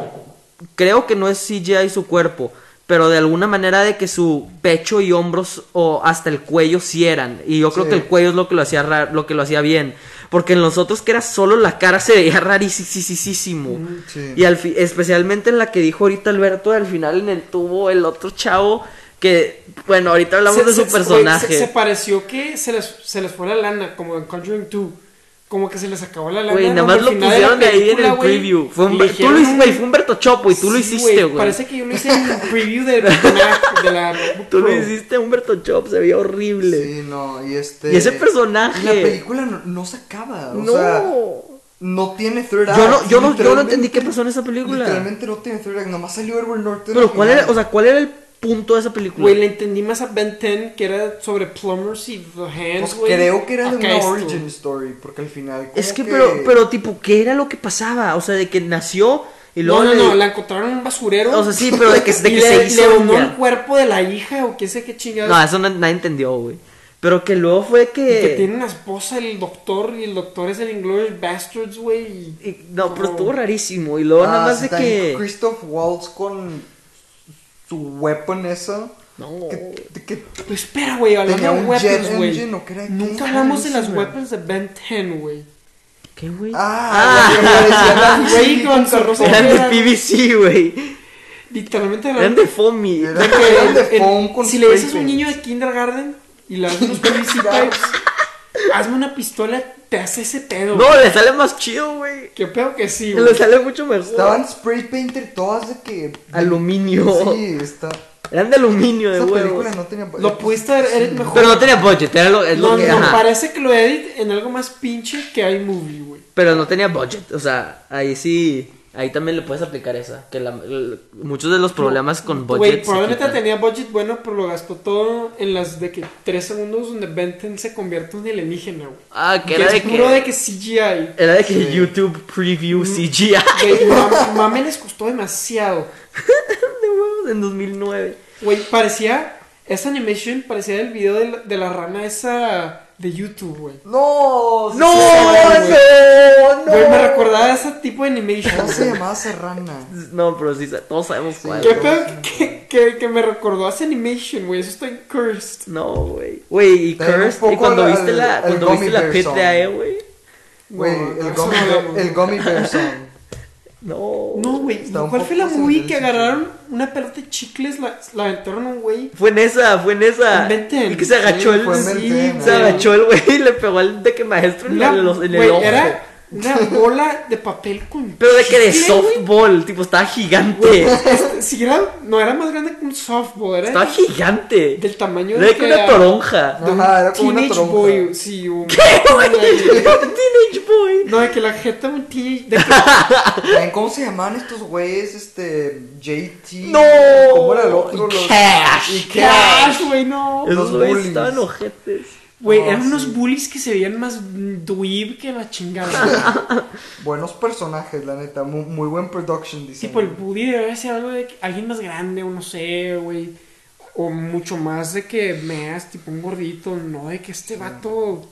B: creo que no es CGI su cuerpo, pero de alguna manera de que su pecho y hombros o hasta el cuello sí eran. Y yo creo
A: Sí.
B: que el cuello es lo que lo hacía ra- lo que lo hacía bien, porque en los otros que era solo la cara se veía rarísimo.
A: Sí.
B: Y al fi- especialmente en la que dijo ahorita Alberto, al final en el tubo, el otro chavo, que, bueno, ahorita hablamos
C: Se-
B: de su
C: se-
B: personaje.
C: güey, Se, se pareció que se les, se les fue la lana, como en Conjuring 2. Como que se les acabó la lana.
B: Güey, nada
C: como
B: más
C: al
B: lo
C: final de la
B: pusieron de ahí en
C: película,
B: el
C: güey,
B: preview. Fue un,
C: le
B: tú lo
C: dijeron
B: hiciste,
C: un-
B: güey, fue Humberto Chopo y tú lo
C: Sí,
B: hiciste, güey.
C: Parece que yo lo hice en el preview de, de la MacBook
B: Tú lo
C: Pro.
B: hiciste, Humberto Chop, se veía horrible.
A: Sí, no, y este.
B: Y ese personaje.
A: y la película no, no se acaba. O
B: no.
A: sea, no tiene third act.
B: yo no, yo no, yo no entendí
A: literalmente-
B: qué pasó en esa película.
A: Literalmente no tiene third act. Nomás salió Edward Norton. al
B: Pero cuál
A: final.
B: era, o sea, cuál era el punto de esa película.
C: Güey, le entendí más a Ben 10 que era sobre plumbers y the hands,
A: Pues
C: güey.
A: creo que era de
C: Acá
A: una
C: esto.
A: origin story. Porque al final.
B: es
A: como
B: que, pero, pero tipo, ¿qué era lo que pasaba? O sea, de que nació y luego
C: no, no,
B: le-
C: no, la encontraron en un basurero.
B: O sea, sí, pero de que, de
C: y
B: que
C: le,
B: se hizo
C: le donó
B: niña.
C: el cuerpo de la hija o qué sé qué chingados.
B: No, eso na- nadie entendió, güey. Pero que luego fue que.
C: Y
A: Eh.
C: que tiene una esposa el doctor y el doctor es el Inglourious Bastards, güey. y-
B: y- no, pero
C: No.
B: estuvo rarísimo. Y luego
A: Ah,
B: nada más
A: sí,
B: de
A: también
B: que.
A: Christoph Waltz con su weapon esa.
B: No.
A: Que, que-
C: Pero pues espera, güey, hablando
A: Tenía
C: de
A: un
C: weapons,
A: jet
C: güey.
A: engine, ¿o qué era? ¿Qué
C: Nunca hablamos de las
A: rarísimo.
C: weapons de Ben 10, güey.
B: ¿Qué, güey?
A: Ah, la que parecía la
C: Güey, con su ropa
B: eran de
C: eran-
B: PVC, güey.
C: Literalmente
B: Eran
C: hablando
B: de Foamy.
A: Era- eran de foam con
C: Si le dices a
A: spray
C: un
A: paint.
C: niño de kindergarten y le das unos PVC pipes, hazme una pistola, te hace ese pedo.
B: No, le sale más chido, güey.
C: Qué pedo que sí, güey.
B: Le sale mucho mejor.
A: Estaban spray painted todas de que.
B: Aluminio.
A: Sí, está.
B: Eran de aluminio, de
A: Esa
B: huevo.
A: película no tenía. eh,
C: Lo pudiste haber edit mejor.
B: Pero no tenía budget, era lo, es
C: No,
B: lo que.
C: no,
B: ajá.
C: parece que lo edit en algo más pinche que iMovie, güey.
B: Pero no tenía budget, o sea, ahí sí. Ahí también le puedes aplicar esa. Que la- el- muchos de los problemas con budget.
C: Güey,
B: se
C: probablemente
B: quitan.
C: tenía budget bueno, pero lo gastó todo en las de que tres segundos donde Benton se convierte en alienígena, güey.
B: Ah, que
C: Que
B: era
C: es
B: de
C: puro
B: que.
C: de que CGI.
B: Era de que YouTube Preview CGI
C: Güey, mam- mame les costó demasiado.
B: de huevos en 2009.
C: Güey, parecía. Esa animation parecía el video de la, de la rana esa de YouTube, güey.
A: No,
B: ¡No!
A: sí, güey.
B: ¡No!
C: Güey, me recordaba a ese tipo de animation.
A: ¿Cómo se
C: güey.
A: llamaba Serrana?
B: No, pero sí, sa- todos sabemos cuál.
C: Qué pedo que, que, que me recordó a ese animation, güey. Eso está en cursed.
B: No, güey. Güey, y
A: También un
B: Cursed. Y
A: poco
B: cuando
A: al-
B: viste la,
A: al
B: cuando
A: Gummy
B: viste la
A: Bear Song.
B: PTAE, güey.
A: Güey,
C: No, no,
A: el,
C: eso
A: gummy
C: no
A: bear-
C: hablamos.
A: el Gummy Bear Song.
B: No.
C: No, güey.
A: Está un
C: ¿Cuál fue la
A: poco
C: movie que
A: similar, sí.
C: agarraron una pelota de chicles, la, la aventaron a un güey?
B: Fue en esa, fue en esa.
C: Vete.
B: Y que se
A: Sí,
B: agachó Ah, el.
A: fue en
B: sí,
A: Vete,
B: se
A: güey.
B: agachó el güey y le pegó al de que maestro en, la-
C: Una-
B: los- en el
C: güey,
B: ojo.
C: Era una bola de papel con.
B: Pero de que de
C: chicle,
B: softball, tipo, estaba gigante.
C: güey. Si era, no era más grande que un softball, era
B: Estaba gigante.
C: del tamaño
B: Era de que una
C: la-
B: toronja.
C: de un
A: Ajá, era como una
C: teenage
A: toronja.
C: boy, sí, un-
B: Teenage Boy.
C: No, de que la jeta de un teenage. de que-
A: ¿Saben cómo se llamaban estos güeyes? Este. JT.
B: ¡No!
A: ¿Cómo era el otro? Los-
B: Cash.
A: Y
C: Cash, güey, no.
A: Los
B: Esos güeyes
A: bullies.
B: estaban ojetes.
C: Güey,
A: No,
C: eran
A: sí.
C: unos bullies que se veían más dweeb que la chingada.
A: Buenos personajes, la neta. Muy,
C: pues,
A: muy buen production design.
C: tipo, el bully debe ser algo de que alguien más grande, o no sé, güey. o mucho más de que meas tipo un gordito, no de que este vato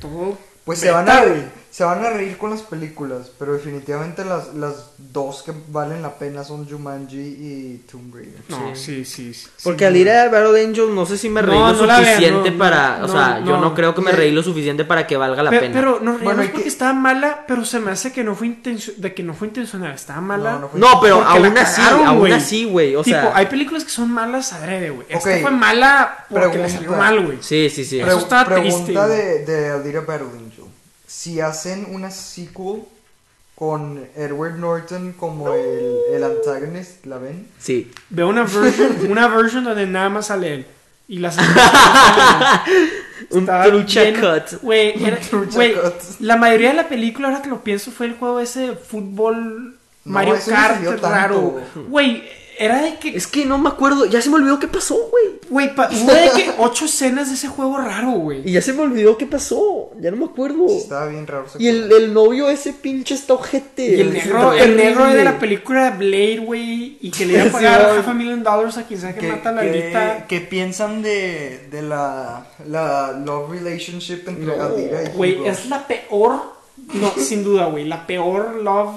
C: todo
A: Pues se van a reír, se van a reír con las películas, pero definitivamente las, las dos que valen la pena son Jumanji y Tomb Raider.
C: No, sí, sí. sí
B: Porque al ir a Battle Angels no sé si me
C: No,
B: reí lo
C: no la vean,
B: suficiente
C: no,
B: para...
C: no,
B: o sea,
C: no,
B: yo
C: no.
B: no creo que me
A: Eh,
B: reí lo suficiente para que valga la
C: Pe-
B: pena.
C: Pero no
A: Bueno,
C: reímos
A: ¿y
C: porque
A: qué-
C: estaba mala, pero se me hace que no fue intencional, de que no fue intencional, estaba mala.
A: no fue-
B: no, pero
C: porque la
B: aún así,
C: cagaron,
B: aún
C: güey.
B: así, güey. O
C: tipo,
B: sea...
C: hay películas que son malas adrede, güey. Esta
A: Ok.
C: fue mala porque le salió
A: Pregunta.
C: mal, güey.
B: Sí, sí, sí.
C: Pero- Eso está triste,
A: pregunta
C: güey.
A: de, de Aldira Battle Angel. Si hacen una sequel con Edward Norton como el, el antagonist, ¿la ven?
B: Sí.
C: Veo una version, una version donde nada más sale él. Y la
B: Un
C: Estaba
B: trucha
C: bien-
B: cut.
C: Güey, era-
A: trucha
C: güey,
A: cut.
C: la mayoría de la película, ahora que lo pienso, fue el juego ese de fútbol
A: No,
C: Mario
A: eso no
C: Kart
A: salió tanto.
C: raro. Güey, era de que
B: Es que no me acuerdo. Ya se me olvidó qué pasó, güey.
C: Güey, pa- hubo de que ocho escenas de ese juego raro, güey.
B: Y ya se me olvidó qué pasó. Ya no me acuerdo.
A: Sí, Estaba bien raro. ese
B: Uh. Y el, el novio ese pinche está ojete.
C: Y el
B: Está
C: negro, el
B: terrible.
C: negro de la película Blade, güey, y que le iba a pagar
B: güey.
C: half a million dollars a quien sea que
A: ¿Qué,
C: mata a la
A: qué-
C: lita.
A: qué piensan de, de la, la love relationship entre Aldira y
C: Güey,
A: Hugo?
C: es la peor, no, sin duda, güey, la peor love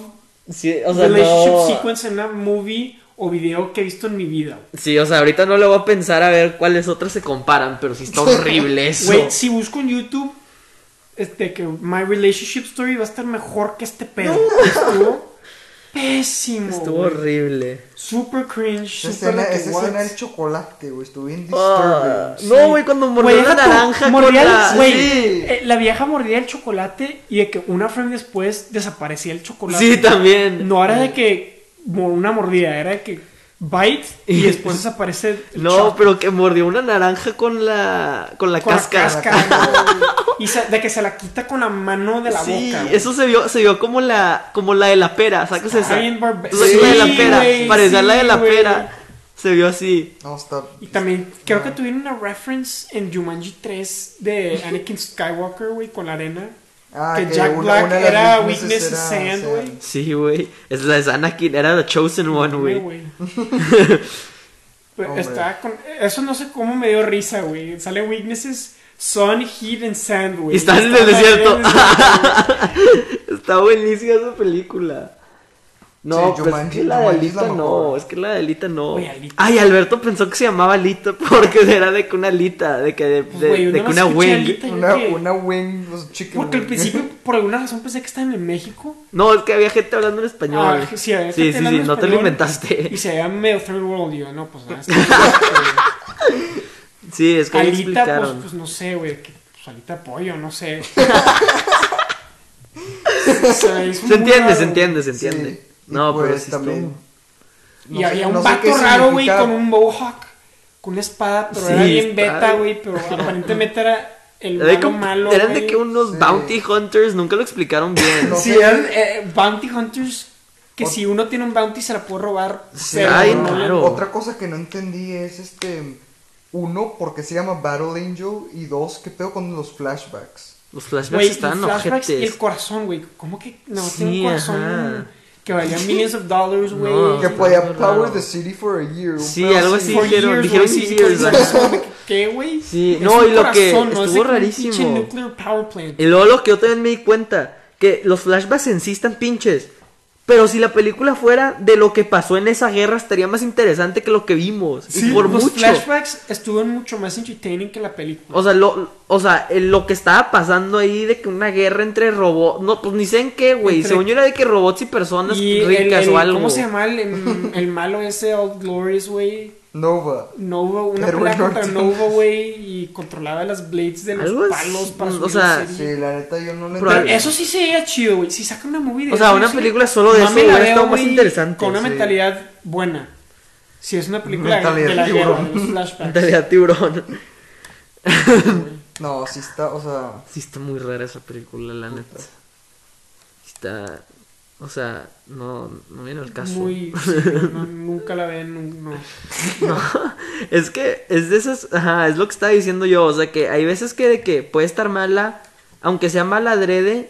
E: Sí, o sea,
C: relationship
E: no...
C: sequence en una movie o video que he visto en mi vida. güey.
B: Sí, o sea, ahorita no le voy a pensar a ver cuáles otras se comparan, pero sí está horrible eso.
C: Güey, si busco en YouTube, este, que My Relationship Story va a estar mejor que este pedo. Estuvo pésimo,
B: Estuvo
C: güey.
B: horrible.
C: Super cringe,
A: Esa
C: super
A: escena,
C: like,
A: esa
C: what?
A: escena del chocolate, güey, estuvo bien
B: Ah,
A: disturbing.
B: No, güey, cuando mordió
C: Güey,
B: la
C: deja tú,
B: naranja con
C: mordía el-
B: la...
C: güey,
B: Sí.
C: eh, la vieja mordía el chocolate y de que una frame después desaparecía el chocolate.
B: Sí, también.
C: No era de que mo- una mordida, era de que bite y después desaparece el
B: No,
C: chocolate.
B: pero que mordió una naranja con la... Con la
C: Con la
B: cáscara.
C: cáscara, güey. y se- de que se la quita con la mano de la
B: Sí,
C: boca. güey.
B: eso se vio, se vio como la, como la de la pera, ¿sacas
C: Está
B: esa?
C: bien barbe-
B: Tú sacas la de
C: Sí,
B: la pera,
C: güey,
B: parecía la de
C: sí,
B: la
C: güey.
B: pera. Se vio así.
A: No, está...
C: Y también creo que
A: No.
C: tuvieron una reference en Jumanji 3 de Anakin Skywalker, güey, con la arena.
A: Ah,
C: que Jack
A: una-
C: Black
A: una de las
C: era
A: weaknesses
C: Weakness
A: era
C: Sand, güey.
B: Sí, güey. Es la de Anakin, era la Chosen One,
C: Güey,
B: güey.
C: güey. Pero
A: Hombre.
C: está con... Eso no sé cómo me dio risa, güey. Sale Weaknesses, Sun, Heat and Sand, güey.
B: Y están en
C: Está
B: el
C: la-
B: desierto.
C: en el desierto, güey.
B: Está buenísima esa película. No,
A: Sí,
B: pues es
A: Jumanji-
B: que la de
A: Jumanji es la
B: Alita no,
A: mejor.
B: es que la de Alita no.
C: Güey, Alita.
B: Ay, Alberto pensó que se llamaba Alita porque era de que una Alita, de que, de, de-
C: Pues, Güey,
B: de
C: yo
B: que
C: nada más
B: una
C: escuché a
B: wing.
C: Alita y yo
A: Una,
C: que-
A: una wing, pues, chicken
C: Porque al
A: wing.
C: principio, por alguna razón, pensé que estaban en México.
B: No, es que había gente hablando en español.
C: Ah, sí, había gente
B: sí, sí,
C: hablando en
B: no te lo
C: español.
B: inventaste.
C: Y se veía medio third world. Y yo, no, pues nada. está bien, güey.
B: Sí, es que ahí
C: Alita, pues,
B: explicaron.
C: pues no sé, güey. que- Pues, Alita pollo, no sé.
B: Se
C: se
B: entiende, se entiende, se entiende.
A: Sí. Y
B: No, pero
A: pues
B: sí
A: también.
C: Y
A: No sé-
C: había un
A: no sé
C: vato
A: qué
C: raro, güey,
A: significa-
C: con un mohawk, con una espada, pero
B: Sí,
C: era bien
B: está-
C: beta, güey, pero aparentemente era el
B: estuvo- Era de
C: malo
B: como-
C: malo, eh,
B: eran
C: güey.
B: de que unos
A: Sí.
B: bounty hunters nunca lo explicaron bien.
A: No
C: Sí,
A: sé.
C: eran eh, bounty hunters que
A: Ot-
C: si uno tiene un bounty se la puede robar.
B: Sí,
C: pero
B: ay,
C: no le-
B: claro.
A: Otra cosa que no entendí es este. Uno, porque se llama Battle Angel. Y dos, ¿qué pedo con los flashbacks?
B: Los flashbacks
C: Güey, y
B: estaban
C: flashbacks y el
B: ojetes.
C: corazón, güey. ¿Cómo que no tiene
B: Sí,
C: un corazón
B: ajá.
C: que valía millions of dollars, güey?
B: No.
A: Que
B: Sí,
A: podía
B: algo
A: power
B: raro.
A: the city for a year. un
B: Sí,
A: pedo
B: algo así.
C: For
B: dijeron-
C: years,
B: dijeron
C: güey, sí,
B: years,
C: con
B: ajá.
C: corazón, de que, ¿Qué, güey?
B: Sí,
C: Es
B: no,
C: un
B: y lo que
C: corazón, ¿no? Es de
B: estuvo
C: que un pinche
B: rarísimo. Eh,
C: nuclear power plant.
B: Y luego lo que yo también me di cuenta, que los flashbacks en sí están pinches. Pero si la película fuera de lo que pasó en esa guerra, estaría más interesante que lo que vimos.
C: Sí,
B: y por
C: los
B: mucho.
C: flashbacks estuvieron mucho más entertaining que la película.
B: O sea, lo, o sea, el- lo que estaba pasando ahí de que una guerra entre robots. No, pues ni sé en qué, güey.
C: Entre-
B: Según yo era de que robots y personas
C: y el-
B: ricas
C: el-
B: o algo.
C: ¿Cómo se llama el, em, el malo ese Old Glorious, güey?
A: Nova.
C: Nova, una
A: Edward
C: pelea contra
A: Norton.
C: Nova, güey, y controlaba las blades de los
B: Algo así,
C: palos para
B: o
C: subir
B: sea,
C: la serie.
A: Sí, la neta yo no le
B: Pero
C: Pero
A: entendí.
C: eso sí sería chido, güey. Si saca una movie de
B: O sea,
C: eso,
B: una
C: sí,
B: película solo de
C: mame
B: eso
C: la
B: hubiera
C: veo,
B: estado más
C: güey,
B: interesante,
C: Con una
B: sí.
C: mentalidad buena. Si es una película
A: Mentalidad
C: de la guerra,
A: tiburón.
C: de los flashbacks.
B: En realidad, tiburón.
A: No, sí está, o sea.
B: Sí, está muy rara esa película, la neta. Está. O sea, no, no viene al caso.
C: Muy, sí, no, no, nunca la ven, no. no.
B: No, es que es de esas, ajá, es lo que estaba diciendo yo, o sea que hay veces que de que puede estar mala, aunque sea mala adrede,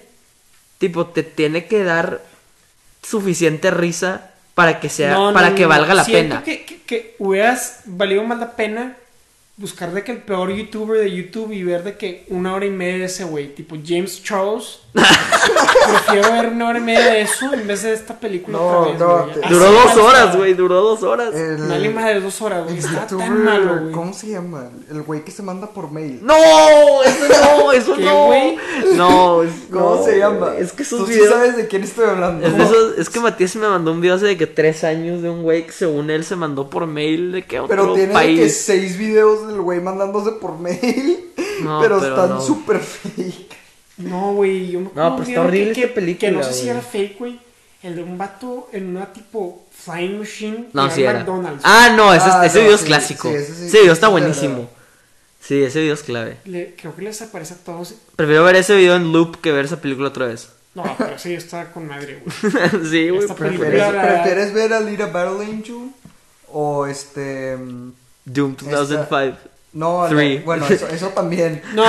B: tipo te tiene que dar suficiente risa para que sea,
C: No, no,
B: para
C: no,
B: que
C: no.
B: valga la
C: Siento
B: pena.
C: Que, que, que hubieras valido más la pena buscar de que el peor youtuber de YouTube y ver de que una hora y media de ese güey, tipo James Charles. Prefiero ver una hora y media de eso en vez de esta película.
A: No,
C: otra vez,
A: no,
C: güey.
A: te-
C: Así
B: Duró dos
C: mal
B: horas,
C: estaba.
B: güey, duró dos horas.
A: El,
C: Vale más de dos horas, güey.
A: el
C: Está tan malo,
A: youtuber,
C: güey.
A: ¿cómo se llama? El güey que se manda por mail.
B: No, eso no, eso
C: ¿Qué,
B: no.
C: güey?
B: No, es-
A: ¿Cómo
B: no,
A: se llama?
B: Es que
A: Tú
B: esos
A: sí
B: videos.
A: sabes de quién estoy hablando.
B: Es, de esos- es que Matías me mandó un video hace de que tres años de un güey que según él se mandó por mail de que a otro
A: Pero tiene de que
B: país.
A: seis videos del güey mandándose por mail.
B: No,
A: pero,
B: pero
A: están
B: no.
A: súper fake.
C: No, güey, yo me acuerdo
F: pero
C: un
F: está
C: video
F: horrible
C: que,
F: esta
C: que-
F: película,
C: Que no sé si
F: güey.
C: era fake, güey. El de un vato en una tipo flying machine.
B: No,
C: que
B: sí era.
C: McDonald's.
B: Ah, no, ese,
A: Ah,
B: ese
A: no,
B: video es
A: sí,
B: clásico.
A: sí, ese
B: ese,
A: sí,
B: video está
A: ese es
B: buenísimo.
A: verdad.
B: Sí, ese video es clave.
C: Le- creo que les aparece a todos.
B: Prefiero ver ese video en loop que ver esa película otra vez.
C: No, pero sí, está con madre, güey.
B: sí, güey.
C: Esta
B: pero-
C: película-
A: ¿Prefieres,
C: la- la-
A: prefieres ver a Lira Battle Angel? O este. mm,
B: Doom 2005.
A: No, la-
B: Three.
A: bueno, eso, eso también.
C: No,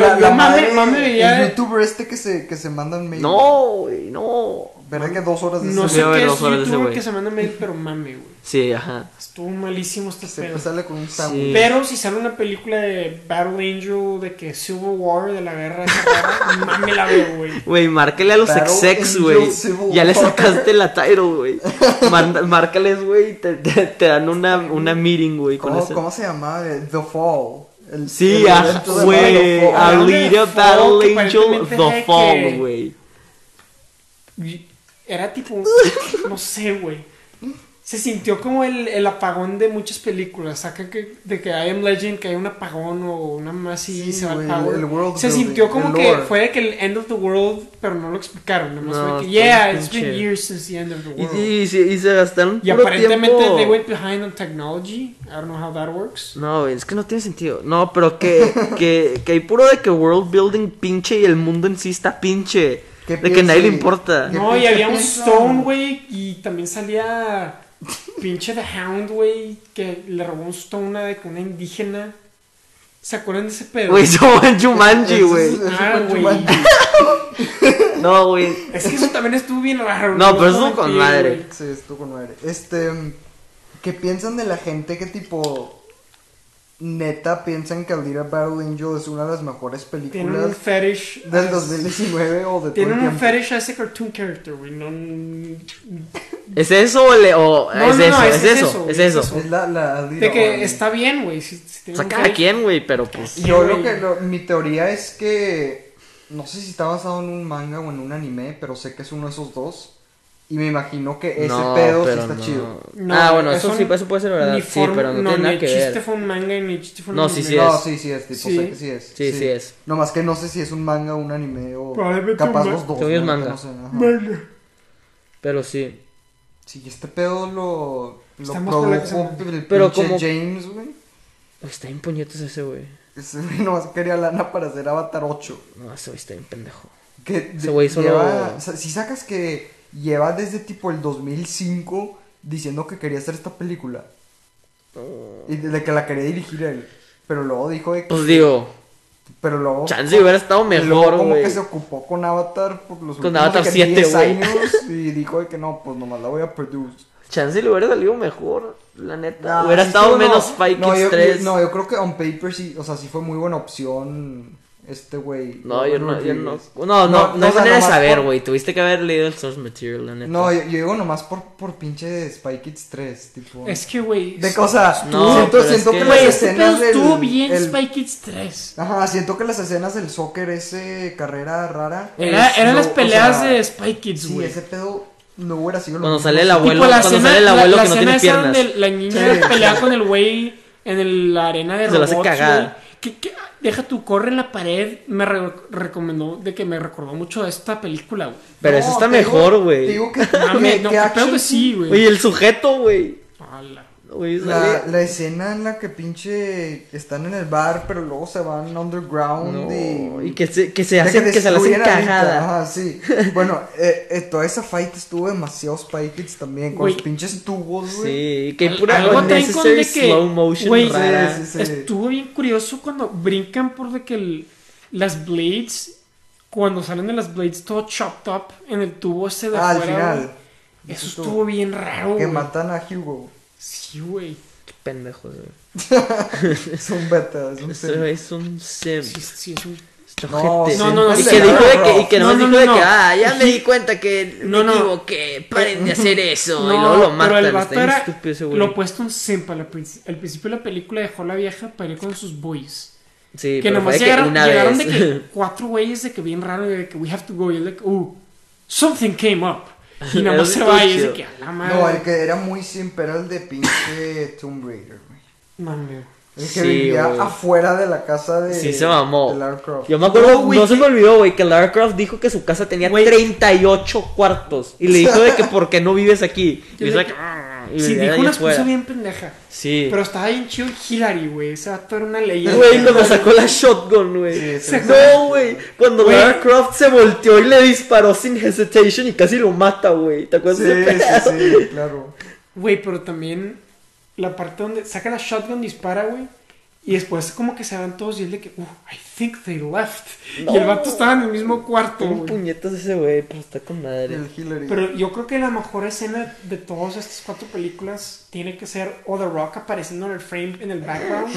A: la, la
C: yo más me-
A: madre,
C: más me veía-
A: el youtuber este que se, que se mandan mail.
B: No, güey, no.
A: ¿Verdad que dos horas de
C: No
A: ese
C: sé
B: Voy a ver
C: qué es
B: dos horas de ese
C: youtuber
B: güey.
C: que se manda mail, pero mame, güey.
B: Sí, ajá.
C: Estuvo malísimo este
A: Se
C: pedo.
A: sale con un sándwich.
B: Sí.
C: Pero si sale una película de Battle Angel, de que Civil War, de la guerra, esa guerra, mame la veo, güey.
B: Güey, márcale a los
A: Battle
B: ex-ex,
A: Angel
B: güey.
A: Civil
B: Ya le
A: War.
B: sacaste la title, güey. Manda- Márcales, güey, y te, te- te dan una, una meeting, güey, con
A: ¿Cómo,
B: ese.
A: cómo se llamaba? Eh, The Fall. El-
B: Sí,
A: el
B: ah,
A: evento de
B: güey.
A: Battle
B: A
A: Fall.
C: Hablando de
B: Little
C: Fall, que
B: Battle Angel,
C: aparentemente
B: The
C: es que-
B: Fall, güey.
C: Y Era tipo, no sé, güey. Se sintió como el, el apagón de muchas películas. Saca que, de que I Am Legend, que hay un apagón o una más y
A: Sí,
C: se va
A: güey,
C: el power.
A: el world
C: se
A: building,
C: sintió como
A: el
C: que
A: lore.
C: fue de que el end of the world, pero no lo explicaron. Nomás
B: No,
C: fue que,
B: está
C: yeah,
B: bien
C: it's been
B: pinche.
C: years since the end of the
B: Y,
C: world.
B: y- y se- y se gastaron
C: Y
B: puro
C: aparentemente
B: tiempo.
C: they went behind on technology. I don't know how that works.
B: No, güey, es que no tiene sentido. No, pero que, que, que hay puro de que world building pinche y el mundo en sí está pinche.
A: ¿Qué
B: De que nadie le
A: piensa?
B: importa.
A: ¿Qué
C: No, y
A: pinche
C: había un
A: piensa?
C: Stone, güey, y también salía pinche The Hound, güey, que le robó un Stone a de que una indígena. ¿Se acuerdan de ese pedo?
B: Güey, yo en Jumanji,
A: Eso Ah, es-
B: güey.
A: eso es
C: Ah,
A: mucho
C: güey.
A: más-
B: No, güey.
C: Es que eso también estuvo bien raro.
B: No, pero
C: voy a
B: estuvo con
C: mentir,
B: madre.
C: güey.
A: Sí, estuvo con madre. Este, ¿qué piensan de la gente que tipo neta piensan que Aldira Battle Angel es una de las mejores
C: Tienen un
A: películas
C: fetish.
A: del 2019 o de todo
C: Tienen
A: el
C: un
A: tiempo?
C: fetish a ese cartoon character, güey. No,
B: ¿Es eso o le- o-
C: No,
B: es,
C: no,
B: eso,
C: no, es-
B: es,
C: es
B: eso?
C: eso,
B: Es
C: es
B: eso.
C: eso.
A: Es la, la Aldira
C: De que
A: Battle.
C: está bien, güey. Si, si tienen
B: O sea,
C: un
B: cada
C: fetish.
B: quien, güey, pero pues.
A: Yo
C: Sí,
A: lo
C: güey.
A: que lo- mi teoría es que no sé si está basado en un manga o en un anime, pero sé que es uno de esos dos y me imagino que ese
B: no,
A: pedo sí
B: pero
A: está
B: no.
A: chido.
C: No,
B: ah, bueno, eso,
C: eso
B: sí,
C: no-
B: eso puede ser verdad.
C: Ni
B: Sí,
C: forma-
B: pero no, tiene
C: ni
B: nada que
C: el chiste
B: ver.
C: fue un manga y ni el chiste fue un
B: No, sí,
C: anime.
B: sí
A: no,
B: es.
A: sí, sí es, tipo,
C: Sí.
A: sé que sí es.
B: Sí, sí es.
A: Nomás que no sé si es un manga, un anime o
C: Probablemente
A: capaz
C: un ma-
A: los dos.
B: Según yo es
A: ¿no?
B: manga.
A: No sé, ajá.
B: Pero sí.
A: Sí, este pedo lo, lo
C: Estamos con la que
A: produjo
C: se-
A: el
B: Pero
A: pinche
B: como-
A: James, güey.
B: Uy, está bien puñetos ese, güey.
A: Ese güey nomás quería lana para hacer Avatar 8.
B: No, ese güey está bien pendejo.
A: Que de-
B: Ese güey solo-
A: lleva- o sea, si sacas que lleva desde tipo el 2005 diciendo que quería hacer esta película.
B: Oh.
A: Y desde que la quería dirigir él. Pero luego dijo de que...
B: Pues digo,
A: pero luego...
B: chance hubiera estado
A: y luego
B: mejor,
A: como
B: güey.
A: que se ocupó con Avatar por los
B: Con
A: últimos
B: Avatar
A: de que
B: 7,
A: 10
B: güey.
A: años. Y dijo de que no, pues nomás la voy a produce.
B: Chance le hubiera salido mejor, la neta.
A: No,
B: hubiera
A: Ah, sí
B: estado
A: estuvo,
B: menos
A: no.
B: Spy
A: No,
B: Kids
A: yo-
B: 3.
A: No, yo creo que on paper sí, o sea, sí fue muy buena opción este güey.
B: No, yo no, yo no.
A: Rodríguez.
B: No, no, no,
A: o
B: hay
A: sea,
B: manera de
A: nomás
B: saber,
A: por-
B: güey. Tuviste que haber leído el source material, la neta.
A: No, yo, yo digo nomás por, por pinche Spy Kids 3, tipo.
C: Es que, güey.
A: De cosa,
B: No,
A: siento,
B: pero es
A: siento que,
B: que-
A: las
B: Güey,
C: Este pedo
A: escenas del...
C: estuvo bien
A: el-
C: Spy Kids 3.
A: Ajá, siento que las escenas del soccer, ese carrera rara...
C: Era,
A: es
C: eran
A: lo-
C: las
A: o
C: peleas
A: sea,
C: de Spy Kids,
A: Sí,
C: güey.
A: ese pedo no hubiera sido lo
B: Cuando
A: mismo.
B: sale el abuelo,
C: Tipo, la
B: cuando
C: escena-
B: sale el
C: la-
B: abuelo
C: la
B: que no tiene
C: escena esa
B: piernas.
C: donde la niña
A: Sí.
C: pelea con el güey en el- la arena de
B: Se lo hace
C: robots,
B: cagada.
C: güey. Que- que- deja tu corre en la pared. Me re- recomendó de que me recordó mucho a esta película, güey.
B: Pero
A: No,
B: eso está
A: te digo-
B: mejor,
A: Te
B: güey.
A: digo que...
C: Mame,
A: que-
C: no,
A: que
C: que
A: action
C: pedo que sí,
B: Oye,
C: güey.
B: el sujeto, güey.
C: Ala.
B: Güey,
A: La,
B: sale-
A: la escena en la que pinche están en el bar, pero luego se van underground
B: No,
A: y.
B: y que se, que se
A: de
B: hacen, que, se la hacen
A: destruyen a Rita.
B: cagada.
A: Ajá, sí. Bueno, eh, eh, toda esa fight estuvo demasiado Spy Kids también, con
C: Güey.
A: los pinches tubos, güey.
B: Sí, que
C: Al-
B: pura
C: algo traen con
B: unnecessary
C: de que,
B: slow motion
C: güey,
B: rara.
A: sí, sí, sí.
C: Estuvo bien curioso cuando brincan por de que el- las blades, cuando salen de las blades todo chopped up en el tubo ese de
A: Ah, al
C: afuera,
A: final.
C: güey. Eso estuvo bien raro,
A: Que
C: güey.
A: matan a Hugo.
C: Sí, güey.
B: Qué pendejo, güey.
A: Es un beta, es un
B: Este
A: ser.
B: güey es un sim.
C: Sí, sí, es un-
B: Está
A: No,
B: ojete.
A: sí,
C: No, no, no,
B: Y
C: sí,
B: que
C: no,
B: dijo de que, y
A: bro.
B: que
C: No,
B: nomás
C: no,
B: dijo de
C: no,
B: que,
C: no.
B: ah, ya me di cuenta que
C: No, no.
B: me equivoqué, paren de hacer eso. y
C: No,
B: luego lo
C: pero
B: matan,
C: el
B: está
C: vato
B: bien
C: era
B: estúpido ese güey.
C: lo opuesto a un simp. Al prin- al principio de la película dejó a la vieja para ir con sus boys.
B: Sí,
C: que
B: pero fue
C: nomás
B: de que
C: llegaron,
B: una
C: llegaron
B: vez.
C: de que cuatro güeyes de que bien raro, de que we have to go. Y él de que, uh, something came up. Y
B: Era
C: nomás
B: un
C: se va y es de
B: estúpido.
C: que a la madre.
A: No, el que era muy simple era el de pinche Tomb Raider, güey.
C: Mami.
A: El que
B: Sí,
A: vivía
B: güey.
A: afuera de la casa de.
B: Sí, se mamó.
A: de Lara Croft.
B: Yo me acuerdo,
C: No,
B: no,
C: güey,
B: se
C: que-
B: me olvidó, güey, que Lara Croft dijo que su casa tenía 38 cuartos. Y le dijo de que, ¿por qué no vives aquí? Y
C: Yo
B: hizo
C: le-
B: de que, "Ah", y
C: Sí,
B: vivía
C: dijo
B: ahí
C: una
B: afuera.
C: excusa bien pendeja.
B: Sí.
C: Pero estaba bien chido Hillary, güey. Ese vato era una leyenda.
B: Güey, cuando sacó la shotgun, güey.
A: Sí, sí,
B: no, güey. Cuando
C: Güey.
B: Lara Croft se volteó y le disparó sin hesitation y casi lo mata, güey. ¿Te acuerdas
A: Sí,
B: de ese
A: sí,
B: pedo?
A: sí, claro.
C: Güey, pero también la parte donde saca la shotgun, dispara, güey. Y después como que se van todos y es de que, uh, I think they left.
B: No.
C: Y el vato estaba en el mismo cuarto,
B: Un
C: güey.
B: puñetazo ese güey, pero está con madre.
A: El Hillary.
C: Pero yo creo que la mejor escena de todas estas cuatro películas tiene que ser o The Rock apareciendo en el frame, en el background,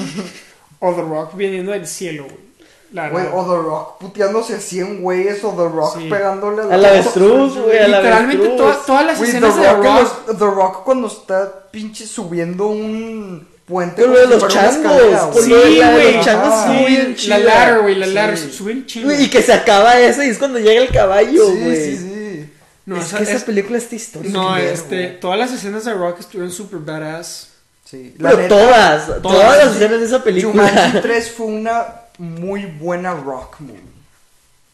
C: o The Rock viniendo del cielo, güey. La
A: Güey,
C: verdad.
A: o The Rock puteándose a 100 güeyes, o The Rock
C: Sí.
A: pegándole a
B: A la avestruz, güey, a la
C: Literalmente
B: avestruz.
C: toda- todas las
A: Güey, The
C: escenas de The
A: Rock, en
C: Rock
A: los- The Rock cuando está pinche subiendo un puente.
B: Con lo
A: como
B: de
A: si
B: los
A: fuera una
B: changos,
A: escalera, güey.
B: con
C: Sí,
B: lo de la-
C: güey.
B: los changos
A: Ajá.
B: sube bien
C: Sí, la
B: chida.
C: ladder, güey, la
A: Sí.
C: ladder, sube el chingo.
B: Güey, Y que se acaba esa y es cuando llega el caballo,
A: Sí,
B: güey.
A: sí, sí.
C: No,
B: es
C: esa-
B: que esa
C: es-
B: película está histórica.
C: no,
A: culero,
C: este,
A: güey.
C: todas las escenas de Rock estuvieron super badass.
A: Sí, la
B: pero
A: neta,
B: todas, todas,
C: todas.
B: las escenas de esa
A: Jumanji
B: película.
A: 3 fue una muy buena rock movie.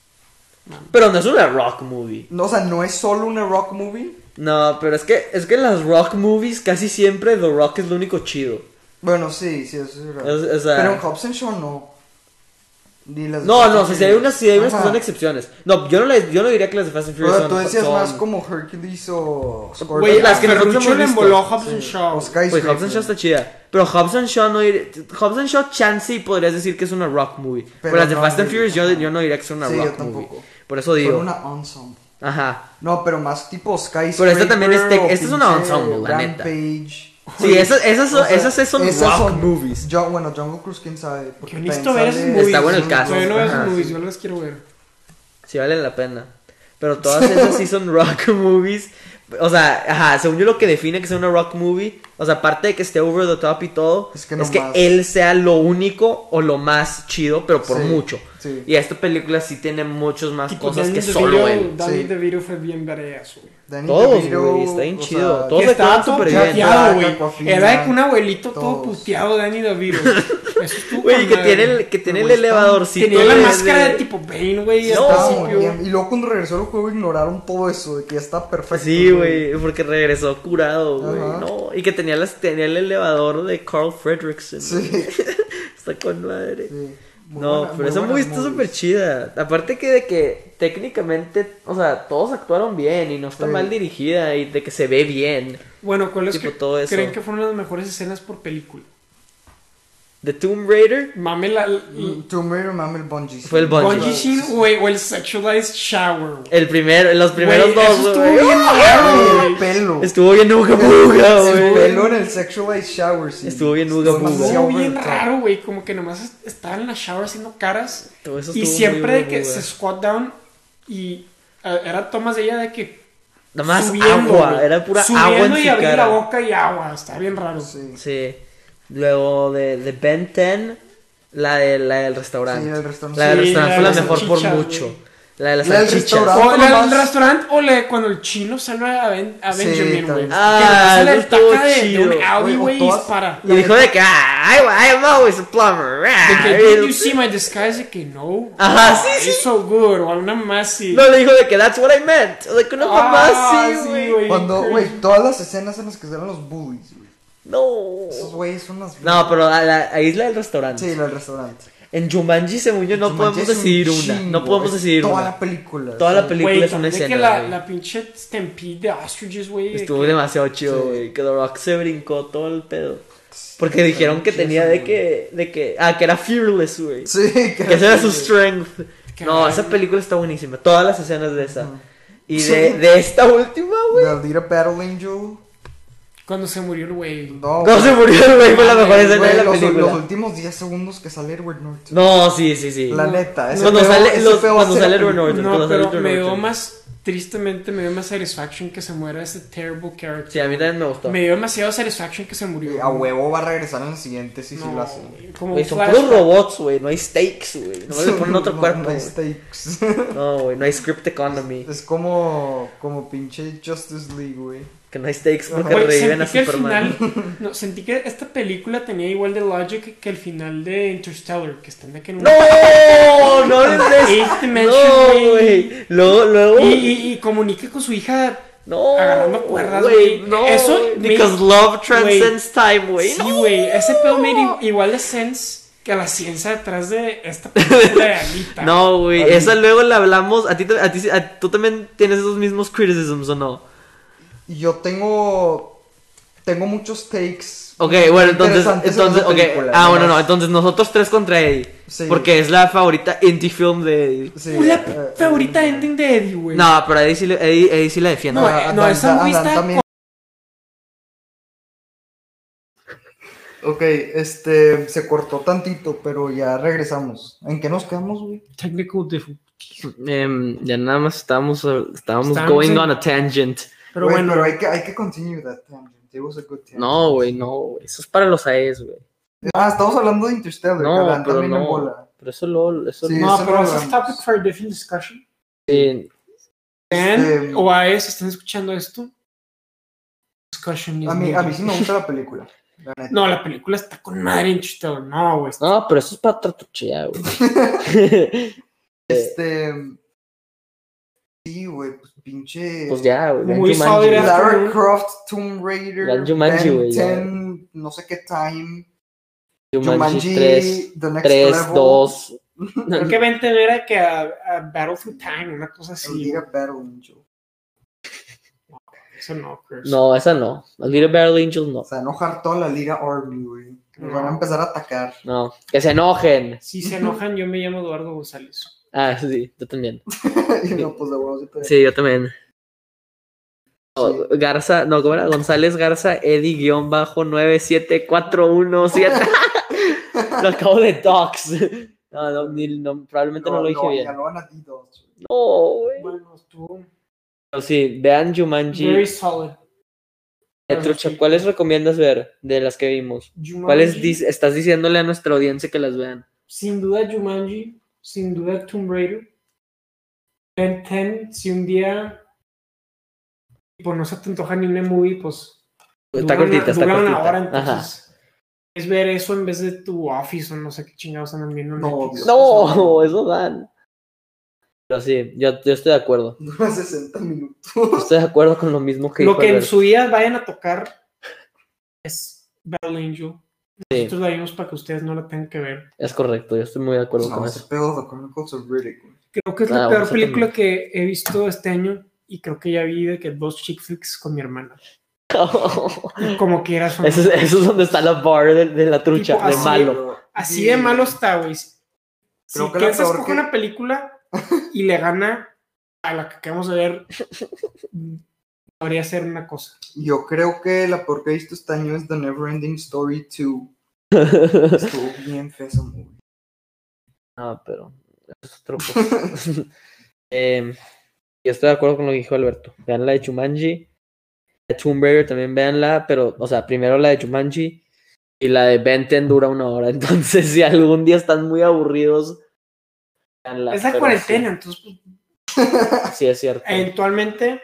B: Pero no es una rock movie.
A: No, o sea, no es solo una rock movie.
B: No, pero es que es que en las rock movies casi siempre The Rock es lo único chido.
A: Bueno, sí, sí, eso es verdad.
B: Es- o sea-
A: Pero en Hobson Show no. Ni las
B: No, no, si hay unas, sí hay unas que
A: Ajá.
B: son excepciones. No, yo no, les- yo no diría que las de Fast
A: O
B: and Furious
A: sea, tú
B: son-
A: decías
B: son-
A: más como Hercules o
C: Pues,
A: Scorpion.
B: Güey, las que nosotros
C: Ferruccio
B: hemos
C: le
B: visto.
C: emboló a Hobbs and Shaw.
A: O
B: Güey,
A: Skyscraper.
B: pues, Hobbs and Shaw está chida. Pero Hobbs and Shaw no diría... Hobbs and Shaw chance y podrías decir que es una rock movie. Pero,
A: Pero
B: las de
A: no,
B: Fast and
A: güey.
B: Furious yo, yo no diría que son una
A: Sí, yo
B: rock movie.
A: tampoco.
B: Por eso
A: Son
B: digo.
A: una ensemble.
B: Ajá.
A: No, pero más tipo Skyscraper.
B: Pero esta también es tec-
A: o
B: esta es una
A: pinche
B: ensemble, la neta.
A: Rampage.
B: Sí, esas, esas, son,
A: O sea,
B: esas sí son
A: esas
B: rock
A: son-
B: movies.
A: Yo, bueno, Jungle Cruise, quién sabe.
C: Que
A: Porque
C: necesito
A: también
C: ver esos
A: sale-
C: movies.
B: Está bueno el cast.
C: Todavía no veo
B: Ajá,
C: esos movies,
A: sí.
C: yo las quiero ver.
B: Sí valen la pena. Pero todas esas sí son rock movies. O sea, ajá, según yo lo que define que sea una rock movie, o sea, aparte de que esté over the top y todo, es
A: Es
B: que,
A: que no más.
B: él sea lo único o lo más chido, pero por
A: Sí,
B: mucho.
A: sí.
B: Y esta película sí tiene muchas más
C: Tipo,
B: cosas
C: Danny
B: que
C: DeVito-
B: solo él.
C: Danny
A: Sí.
C: DeVito fue bien badass, güey.
A: Danny
B: Todos,
A: DeVito,
B: güey, está bien
A: o
B: chido.
A: sea,
B: Todos
C: Que estaba
B: actúan
C: todo
B: súper bien.
C: puteado,
A: Flaca,
C: güey.
A: coafina,
C: Era de que un abuelito todo
A: todos.
C: puteado, Danny DeVito. Eso estuvo
B: Güey,
C: con
B: que
C: madre.
B: tiene el, que tiene el
A: Pero está-
B: elevadorcito.
C: Tenía la
B: de-
C: máscara de
B: de-
C: tipo Bane, güey, al
B: No,
A: Estaba muy
C: principio.
A: bien. Y luego cuando regresó el juego ignoraron todo eso, de que ya está perfecto.
B: Sí, güey, porque regresó curado, güey.
A: Ajá.
B: No, y que tenía, las, tenía el elevador de Carl Fredrickson.
A: Sí.
B: Está con madre.
A: sí. Muy
B: no,
A: buena-
B: pero esa
A: buena
B: movie está
A: movie.
B: súper chida. Aparte que de que técnicamente, o sea, todos actuaron bien y no está
A: Sí.
B: mal dirigida y de que se ve bien.
C: Bueno, ¿cuáles
B: Tipo,
C: que-
B: todo eso.
C: creen que fueron las mejores escenas por película?
B: The Tomb Raider
C: Mame la...
A: Mm, Tomb Raider, mame el Bungie.
B: fue el bungee.
C: Bungee Shin, güey, o el sexualized shower, güey.
B: El primero, los primeros
C: Güey,
B: dos,
C: eso estuvo
B: güey.
C: bien raro,
A: Güey,
C: güey.
A: el pelo.
B: Estuvo bien uga buga,
A: El
B: güey.
A: pelo en el sexualized shower, sí.
B: Estuvo bien uga
A: Estuvo
B: buga.
A: demasiado
C: Estuvo bien
A: over the top.
C: raro, güey. Como que nomás est- estaba en la shower haciendo caras.
B: Todo eso
C: Y
B: estuvo
C: siempre
B: muy
C: de que
B: buga.
C: se squat down y eh, era tomas de ella de que.
B: Nada más
C: subiendo,
B: agua,
C: güey.
B: era pura
C: Subiendo
B: agua en
C: y
B: su
C: abrir
B: cara.
C: la boca y agua. Está bien raro.
A: Sí.
B: Sí. Luego de, de Ben 10, la, de, la del restaurante.
A: Sí, la del restaurante.
B: La del
C: Sí,
B: restaurante fue
C: la de
B: la
C: las
B: mejor por
C: salchichas,
B: mucho.
C: güey.
B: La de las
A: La del
B: salchichas.
A: restaurante.
C: O la del
A: nomás-
C: restaurante o la de cuando el chino salva a, Ben- a
A: Sí,
C: Benjamin, güey.
A: también.
B: Ah,
C: que le
B: eso
C: el
B: estuvo
C: taca de, de un
B: chido.
A: Güey,
C: Audi,
A: o
C: güey, y
A: todas-
C: dispara.
B: Y dijo de que, ah, I, I am always a plumber.
C: De
B: ah,
C: que,
B: y-
C: did you see my disguise? De que no.
B: Ajá, sí,
C: It's so good. O alguna más, sí.
B: No, le dijo de que that's what I meant. O sea, que no
C: Ah,
B: mamá, sí, güey.
A: Cuando, güey, todas las escenas en las que salen los bullies, güey.
B: No.
A: Esos güeyes son las.
B: No, pero a la, a Isla del Restaurante.
A: Sí, la del restaurante.
B: En Jumanji, según yo, no
A: Jumanji
B: podemos
A: es un
B: decidir una.
A: chingo,
B: No podemos
A: es
B: decidir
A: Toda
B: una.
A: la película.
B: Toda
A: o
B: la
A: sea,
B: película
C: Güey,
B: es una
C: también de
B: escena.
C: que la,
B: güey.
C: la pinche stampede de ostriches, güey. de
B: Estuvo
C: que-
B: demasiado chido,
A: Sí.
B: güey. Que The Rock se brincó todo el pedo. Porque dijeron que tenía de que, de que. Ah, que era fearless, güey.
A: Sí,
B: Que ese era su
A: sí.
B: strength.
C: Qué
B: No,
C: raro.
B: esa película está buenísima. Todas las escenas de esa. Y de, de esta última, güey.
A: The Little Battle Angel.
C: Cuando se murió el güey.
A: No,
B: No se murió el güey, fue la mejor escena
A: güey,
B: de la
A: los, los
B: película.
A: últimos 10 segundos que sale Edward Norton.
B: No, sí, sí, sí.
A: La neta, ese
B: Cuando
A: feo-
B: sale,
A: ese
B: los,
A: feo
B: cuando
A: hace
B: sale
A: la
B: Edward
A: película.
B: Norton.
C: No,
B: cuando sale
C: pero
B: Edward
C: me dio
B: Norton.
C: más. Tristemente me dio más satisfaction que se muera ese terrible character.
B: Sí, a mí también me gustó.
C: Me dio demasiado satisfaction que se murió.
A: A huevo va a regresar en el siguiente si sí
C: No,
A: lo hace.
C: como
B: Güey,
C: un
B: son
C: flash-
B: puros robots, güey. No hay stakes, güey. No le ponen otro
A: No,
B: cuerpo.
A: no hay
B: güey.
A: stakes.
B: No, güey, no hay script economy.
A: Es como, como pinche Justice League, güey.
B: Que no hay stakes porque
C: Güey,
B: reviven a
C: sentí que al
B: Superman.
C: final, no, sentí que esta película tenía igual de logic que el final de Interstellar, que están aquí en un
B: ¡No! No eres de
C: Eighth dimension,
B: No,
C: güey.
B: güey. Luego, luego.
C: Y, y, y comunica con su hija.
B: No.
C: agarrando cuerdas,
B: güey.
C: güey.
B: No.
C: Eso
B: güey.
C: me-
B: Because love transcends time, güey.
C: sí,
B: No.
C: güey. Ese pedo made i- igual de sense que la ciencia detrás de esta película de Alita.
B: No, güey,
A: Ahí.
B: esa luego la hablamos. A ti, te- a ti, a- tú también tienes esos mismos criticisms o no.
A: Y yo tengo. Tengo muchos takes.
B: Ok, bueno, entonces,
A: interesantes en
B: entonces,
A: esa
B: ok.
A: película,
B: ah,
A: ¿no?
B: bueno, no, entonces nosotros tres contra Eddie.
A: Sí.
B: Porque es la favorita indie film de Eddie.
A: Sí,
C: Una
A: eh, eh,
C: favorita ending de Eddie, güey.
B: No, pero Eddie sí, le- Eddie, Eddie sí la defiende.
C: No,
A: Ah,
C: eh, no,
A: Adán-
C: esa güey
A: Adán
C: está
A: también. Ok, este, se cortó tantito, pero ya regresamos. ¿En qué nos quedamos, güey?
C: Technical difficulty.
B: Em, ya nada más estábamos, eh, estábamos
C: Estábamos
B: going
C: en-
B: on a tangent.
C: Pero
A: Güey,
C: bueno,
A: Pero hay que, hay que continue that tangent. It was a good tangent.
B: No, güey, no, güey. Eso es para los AES, güey.
A: Ah, estamos hablando de Interstellar.
B: No,
A: que Adán
B: pero
A: también en
B: no.
A: bola.
B: Pero eso lo. Eso
A: Sí,
B: no.
C: no,
A: eso
C: pero
A: lo
C: ese es
A: hablamos.
C: topic for a different discussion.
B: eh,
A: Este-
C: Dan o AE, si están escuchando esto, discussion is
A: A mí, a mí
C: needed.
A: sí me gusta la película. la neta.
C: No, la película está con madre en Interstellar. No, güey.
B: no, pero eso es para tratuchea, güey. Eh.
A: Este. Sí, güey, pues pinche.
B: pues ya, güey. vean
C: Muy
B: Jumanji,
C: sólida.
B: güey.
A: Lara
C: Afternoon.
A: Croft, Tomb Raider,
B: Ya, Jumanji,
A: Ben
B: güey, ya.
A: 10, no sé qué time,
B: Jumanji
A: Jumanji,
B: 3,
A: The Next
B: 3,
A: Level,
B: 2.
C: Creo que vente era que a, a Battle for Time, una cosa
A: and
C: así.
A: Little Battle Angel.
C: Eso no, Chris.
B: No, esa no. A Little Battle Angel no.
A: O sea, enojar toda la Lira Army, güey. que Nos van a
C: No.
A: empezar a atacar.
B: No. Que se enojen.
C: Si se enojan, yo me llamo Eduardo González.
B: Ah, sí, yo también.
A: y no, pues de huevos. yo te-
B: Sí, yo también. No,
A: Sí.
B: Garza, no, ¿cómo era? González Garza, Eddie-97417. lo acabo de docs. No, no, ni- no, probablemente no, lo dije bien.
A: Ya lo van a ti dos, güey.
B: No, güey.
C: Bueno, estuvo
B: Pero sí, vean
C: very
B: Jumanji.
C: solid.
B: Trucha, ¿cuáles recomiendas ver de las que vimos?
C: Jumanji,
B: ¿Cuáles dis- estás diciéndole a nuestra audiencia que las vean?
C: Sin duda Jumanji, sin duda Tomb Raider. Ben 10, si un día pues no se te antoja ni una movie, pues
B: Está
C: dura una-
B: cortita, está
C: dura una
B: cortita.
C: hora,
B: Ajá.
C: entonces es ver eso en vez de tu office o no sé qué chingados andan viendo. en
A: No,
C: Netflix.
B: Pues, No, eso dan. Pero sí, yo, yo estoy de acuerdo.
A: Dura 60 minutos.
B: Estoy de acuerdo con lo mismo que
C: Lo
B: dijo
C: que en
B: Alberto.
C: su día vayan a tocar es Battle Angel.
B: Sí.
C: Nosotros la vimos para que ustedes no la tengan que ver.
B: Es correcto, yo estoy muy de acuerdo
A: No,
B: con
A: ese
B: eso.
A: pedo de Chronicles of Riddick, güey.
C: Creo que es
B: Ah,
C: la
B: bueno,
C: peor
B: eso
C: película que he visto este año y creo que ya vi de que dos chick flicks con mi hermana. Como quieras. son-
B: eso, es, eso es donde está la bar de, de la trucha,
C: Tipo,
B: de
C: así,
B: malo.
A: Pero-
C: Así
A: sí,
C: de malo está, güey. Si
A: Creo que la
C: piensas
A: peor
C: coge
A: que-
C: una película y le gana a la que acabamos de ver, debería ser una cosa.
A: Yo creo que la peor que he visto este año es The Neverending Story 2. Estuvo bien feo esa movie.
B: No, pero eso es otro cosa. Em, yo estoy de acuerdo con lo que dijo Alberto. Vean la de Chumanji. La de Tomb Raider también veanla, pero, o sea, primero la de Chumanji y la de Benten dura una hora. Entonces, si algún día están muy aburridos, veanla.
C: es la
B: pero
C: cuarentena, entonces pues,
B: Sí, sí, es cierto.
C: eventualmente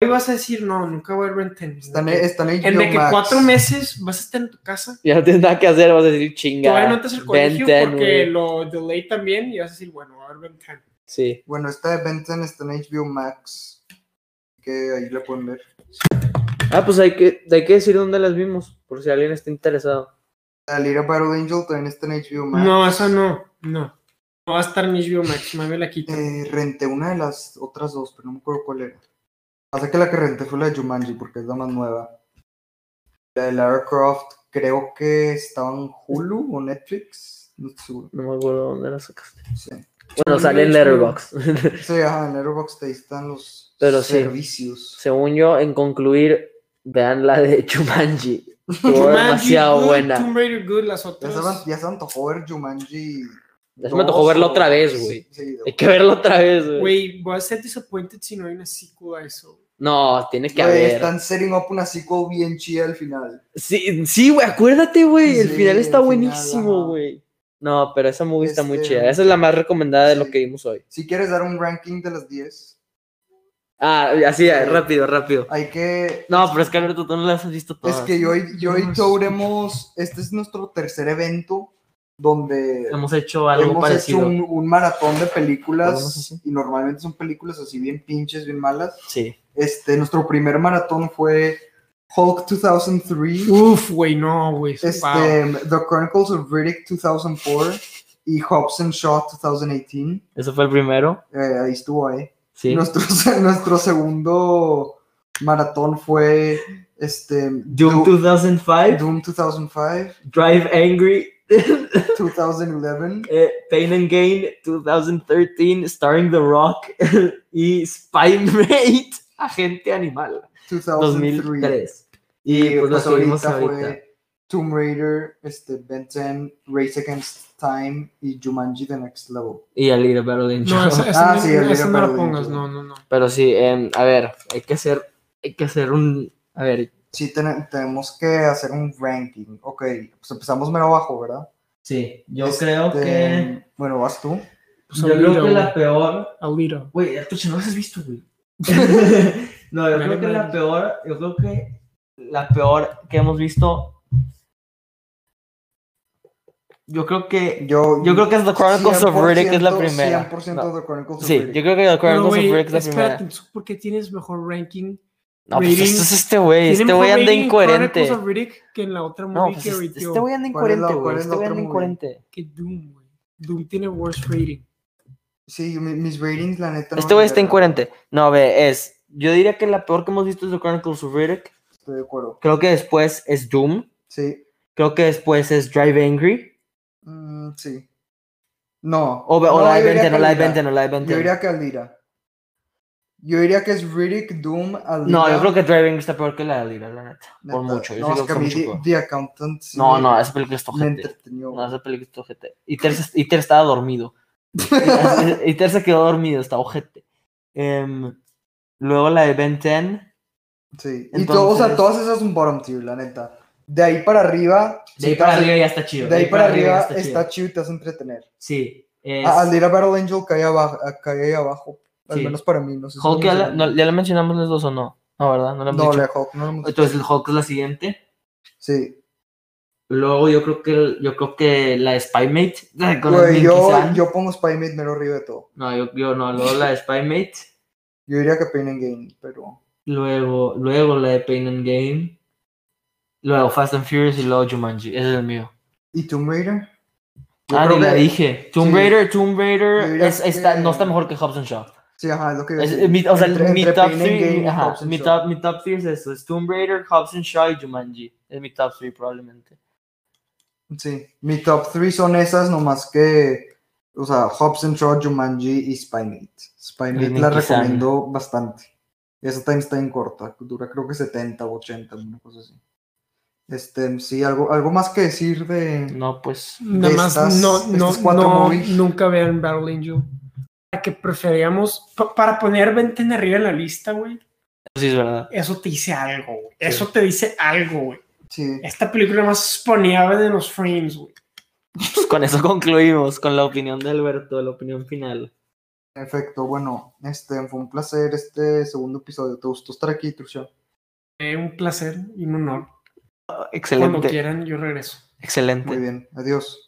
C: hoy vas a decir, no, nunca voy a ver Ben 10",
A: Están,
C: ¿no?
A: están en este
C: En de que
A: Geomax.
C: cuatro meses vas a estar en tu casa.
B: Ya no tienes nada que hacer, vas a decir chinga.
C: Todavía no te el
B: Ben
C: colegio
B: 10,
C: porque
B: güey".
C: lo delay también y vas a decir, bueno, a ver, Ben 10.
B: Sí.
A: Bueno, esta de Benton está en HBO Max. Que ahí la pueden ver.
B: Ah, pues hay que, hay que decir dónde las vimos, por si alguien está interesado.
A: La Lira Battle Angel también está en HBO Max.
C: No, eso no, no. No va a estar en HBO Max, mami la quita.
A: Eh, renté una de las otras dos, pero no me acuerdo cuál era. Hasta que la que renté fue la de Jumanji, porque es la más nueva. La de Lara Croft, creo que estaba en Hulu o Netflix. No estoy seguro.
B: No me acuerdo dónde la sacaste.
A: Sí.
B: Bueno, sale en Letterboxd.
A: Sí, ajá, en Letterboxd ahí están los
B: Pero sí.
A: servicios.
B: Según yo, en concluir, vean la de Chumanji. Estuvo
C: Jumanji,
B: demasiado
C: Good,
B: buena.
C: Tomb Raider Good, las
A: Ya
C: otras.
A: se, van- ya se antojó ver Jumanji.
B: Ya se me antojó
A: dos
B: verla
A: o-
B: otra vez, güey.
A: Sí, sí, de-
B: Hay que verla otra vez, güey.
C: Güey, voy a ser disappointed si no hay una sequel a eso.
B: No, tiene que
A: Güey,
B: haber.
A: están setting up una sequel bien chida al final.
B: Sí, sí, güey, acuérdate, güey. El
A: Sí,
B: final está
A: el final,
B: buenísimo,
A: ajá.
B: güey. No, pero esa movie está muy
A: Este,
B: chida. Esa es la más recomendada de lo
A: sí.
B: que vimos hoy.
A: Si quieres dar un ranking de las 10,
B: Ah, así,
A: Sí.
B: rápido, rápido.
A: hay que.
B: No, pero es que Alberto, tú no las has visto
A: Es
B: todas.
A: que yo y, yo y
B: Ah,
C: No, sí.
A: Touremos. Este es nuestro tercer evento donde
B: Hemos hecho algo
A: hemos
B: parecido.
A: hecho un, un maratón de
B: ¿Podemos
A: películas
B: así?
A: y normalmente son películas así bien pinches, bien malas.
B: Sí.
A: Este, nuestro primer maratón fue Hulk 2003.
C: Uf, güey, no, güey.
A: Este,
C: wow.
A: The Chronicles of Riddick 2004 y Hobson Shaw 2018.
B: Ese fue el primero.
A: Eh, ahí estuvo, eh.
B: Sí.
A: Nuestro, nuestro segundo maratón fue este,
B: Doom
A: Du-
B: 2005,
A: Doom 2005,
B: Drive Angry,
A: 2011,
B: eh, Pain and Gain 2013, Starring The Rock y Spy Mate, Agente Animal
A: 2003.
B: 2003. Y pues nos subimos ahorita.
A: Eh, fue Tomb Raider, este, Ben 10, Race Against Time y Jumanji The Next Level.
B: Y a Little Battle Angel.
C: No, esa,
A: Ah,
C: esa,
A: sí,
C: no,
A: el
C: esa no la
A: Leopard
C: pongas,
A: Angel.
C: no, no, no.
B: Pero sí, em, a ver, hay que hacer, hay que hacer un, a ver,
A: Sí, ten- tenemos que hacer un ranking. Ok, pues empezamos mero abajo, ¿verdad?
B: sí, yo
A: Este,
B: creo que,
A: Bueno, vas tú.
C: Pues
B: yo creo que
C: Alito,
B: la peor
C: Alito.
B: Güey, tú no las has visto, güey. no, yo
C: Vale,
B: creo que
C: madre.
B: la peor, yo creo que la peor que hemos visto. Yo creo que.
A: Yo,
B: Yo creo que es The Chronicles of Riddick es la
A: 100%,
B: primera.
A: 100%
B: No.
A: The Chronicles of
B: Sí, yo
A: Riddick.
B: creo que The
C: Pero,
B: Chronicles
C: güey,
B: of Riddick es la
C: espérate,
B: primera.
C: entonces, ¿por qué tienes mejor ranking?
B: No, pues
C: rating-
B: esto es este güey. Este
C: Tiene
B: güey
C: mejor
B: anda
C: rating
B: incoherente.
C: Chronicles of Riddick que en la otra
B: No,
C: movie
B: pues
C: que
B: este
C: rateó,
B: este güey anda
A: ¿Cuál es la- cuál
B: incoherente,
A: es
B: güey.
A: la
B: Este güey
A: otra
B: anda
A: movie?
B: incoherente.
C: que Doom, güey. Doom tiene worse rating.
A: Sí, mi- mis ratings, la neta. no
B: Este güey
A: es
B: está
A: verga.
B: incoherente. No, ve, es. Yo diría que la peor que hemos visto es The Chronicles of Riddick.
A: Estoy de acuerdo.
B: Creo que después es Doom.
A: Sí.
B: Creo que después es Drive Angry.
A: mm, sí. No.
B: O, o
A: no,
B: la de
A: yo diría
B: 20, no
A: que
B: la de
A: Alira.
B: 20, no la de 20.
A: Yo diría que Alira. Yo diría que es Riddick, Doom, Alira.
B: No, yo creo que Driving está peor que la de Lira, la neta.
A: Neta,
B: Por mucho. Yo
A: No,
B: sí
A: es
B: creo
A: que a
B: que
A: mí
B: mucho
A: The,
B: peor.
A: The Accountant sí
B: no,
A: me-
B: no, esa película está
A: me
B: ojete.
A: entretenió.
B: No, esa película está ojete. Y Terza, y Ter estaba dormido. Y Ter se quedó dormido, está ojete. Em, luego la de Ben 10.
A: Sí. Y todo, o sea,
B: Entonces-
A: todas esas son bottom tier, la neta. De ahí para arriba.
B: De ahí
A: sí,
B: para
A: te hace-
B: arriba ya está chido.
A: De ahí para arriba
B: ya
A: está Ah,
B: chido.
A: chido y te hace entretener.
B: Sí. es-
A: A Alira Battle Angel cae abajo. Cae ahí abajo. Al
B: Sí.
A: menos para mí. No sé si
B: Hulk,
A: lo
B: ya la,
A: mencioné.
B: no, ya la mencionamos los dos o no. No, ¿verdad? No la hemos
A: No,
B: dicho.
A: la de Hulk no lo hemos
B: Entonces, el Hulk es la siguiente.
A: Sí.
B: Luego yo creo que el- yo creo que la de Spymate. la Con el
A: Güey, yo,
B: Minky-san.
A: yo pongo Spymate mero arriba de todo.
B: No, yo, yo no, luego la de Spymate,
A: Yo diría que Pain and Gain, pero.
B: luego, luego la de Pain and Game, luego Fast and Furious y luego Jumanji, ese es el mío.
A: ¿Y Tomb Raider? Yo
B: ah,
A: creo
B: ni la
A: que-
B: dije. Tomb
A: sí.
B: Raider, Tomb
A: Yo
B: Raider
A: diría
B: es- está-
A: que-
B: no está mejor que Hobbs and Shaw.
A: Sí, ajá, es lo que. iba a
B: Es-
A: decir.
B: mi, o sea,
A: Entre-
B: mi,
A: entre
B: top
A: Pain and
B: three,
A: Gain y
B: ajá,
A: Hobbs and
B: mi,
A: Shaw.
B: top, mi top three es eso, es Tomb Raider, Hobbs and Shaw y Jumanji. Es mi top 3 probablemente.
A: Sí. Mi top 3 son esas, nomás que. O sea, Hobbs and Shaw, Jumanji y Spymate. Spymate
B: Ni
A: la
B: quizá, ¿no?
A: recomiendo bastante. Esa time está en corta, dura creo que 70 o 80, una cosa así. Este, sí, algo, algo más que decir de.
B: No, pues,
C: Nada más,
A: estas-
C: no, no,
A: estas cuatro
C: no,
A: movies.
C: nunca vean Battle Angel. Para que preferíamos, pa- para poner 20 en arriba en la lista, güey,
B: sí es verdad.
C: eso te dice algo, güey. Eso te dice algo, güey.
A: Sí.
C: Esta película más sponeaba de los frames, güey.
B: Pues con eso concluimos, con la opinión de Alberto, la opinión final.
A: Perfecto, bueno, este fue un placer este segundo episodio. ¿Te gustó estar aquí, Trucha?
C: Eh, un placer y un honor. Cuando
B: Excelente,
C: quieran, yo regreso.
B: excelente.
A: Muy bien, adiós.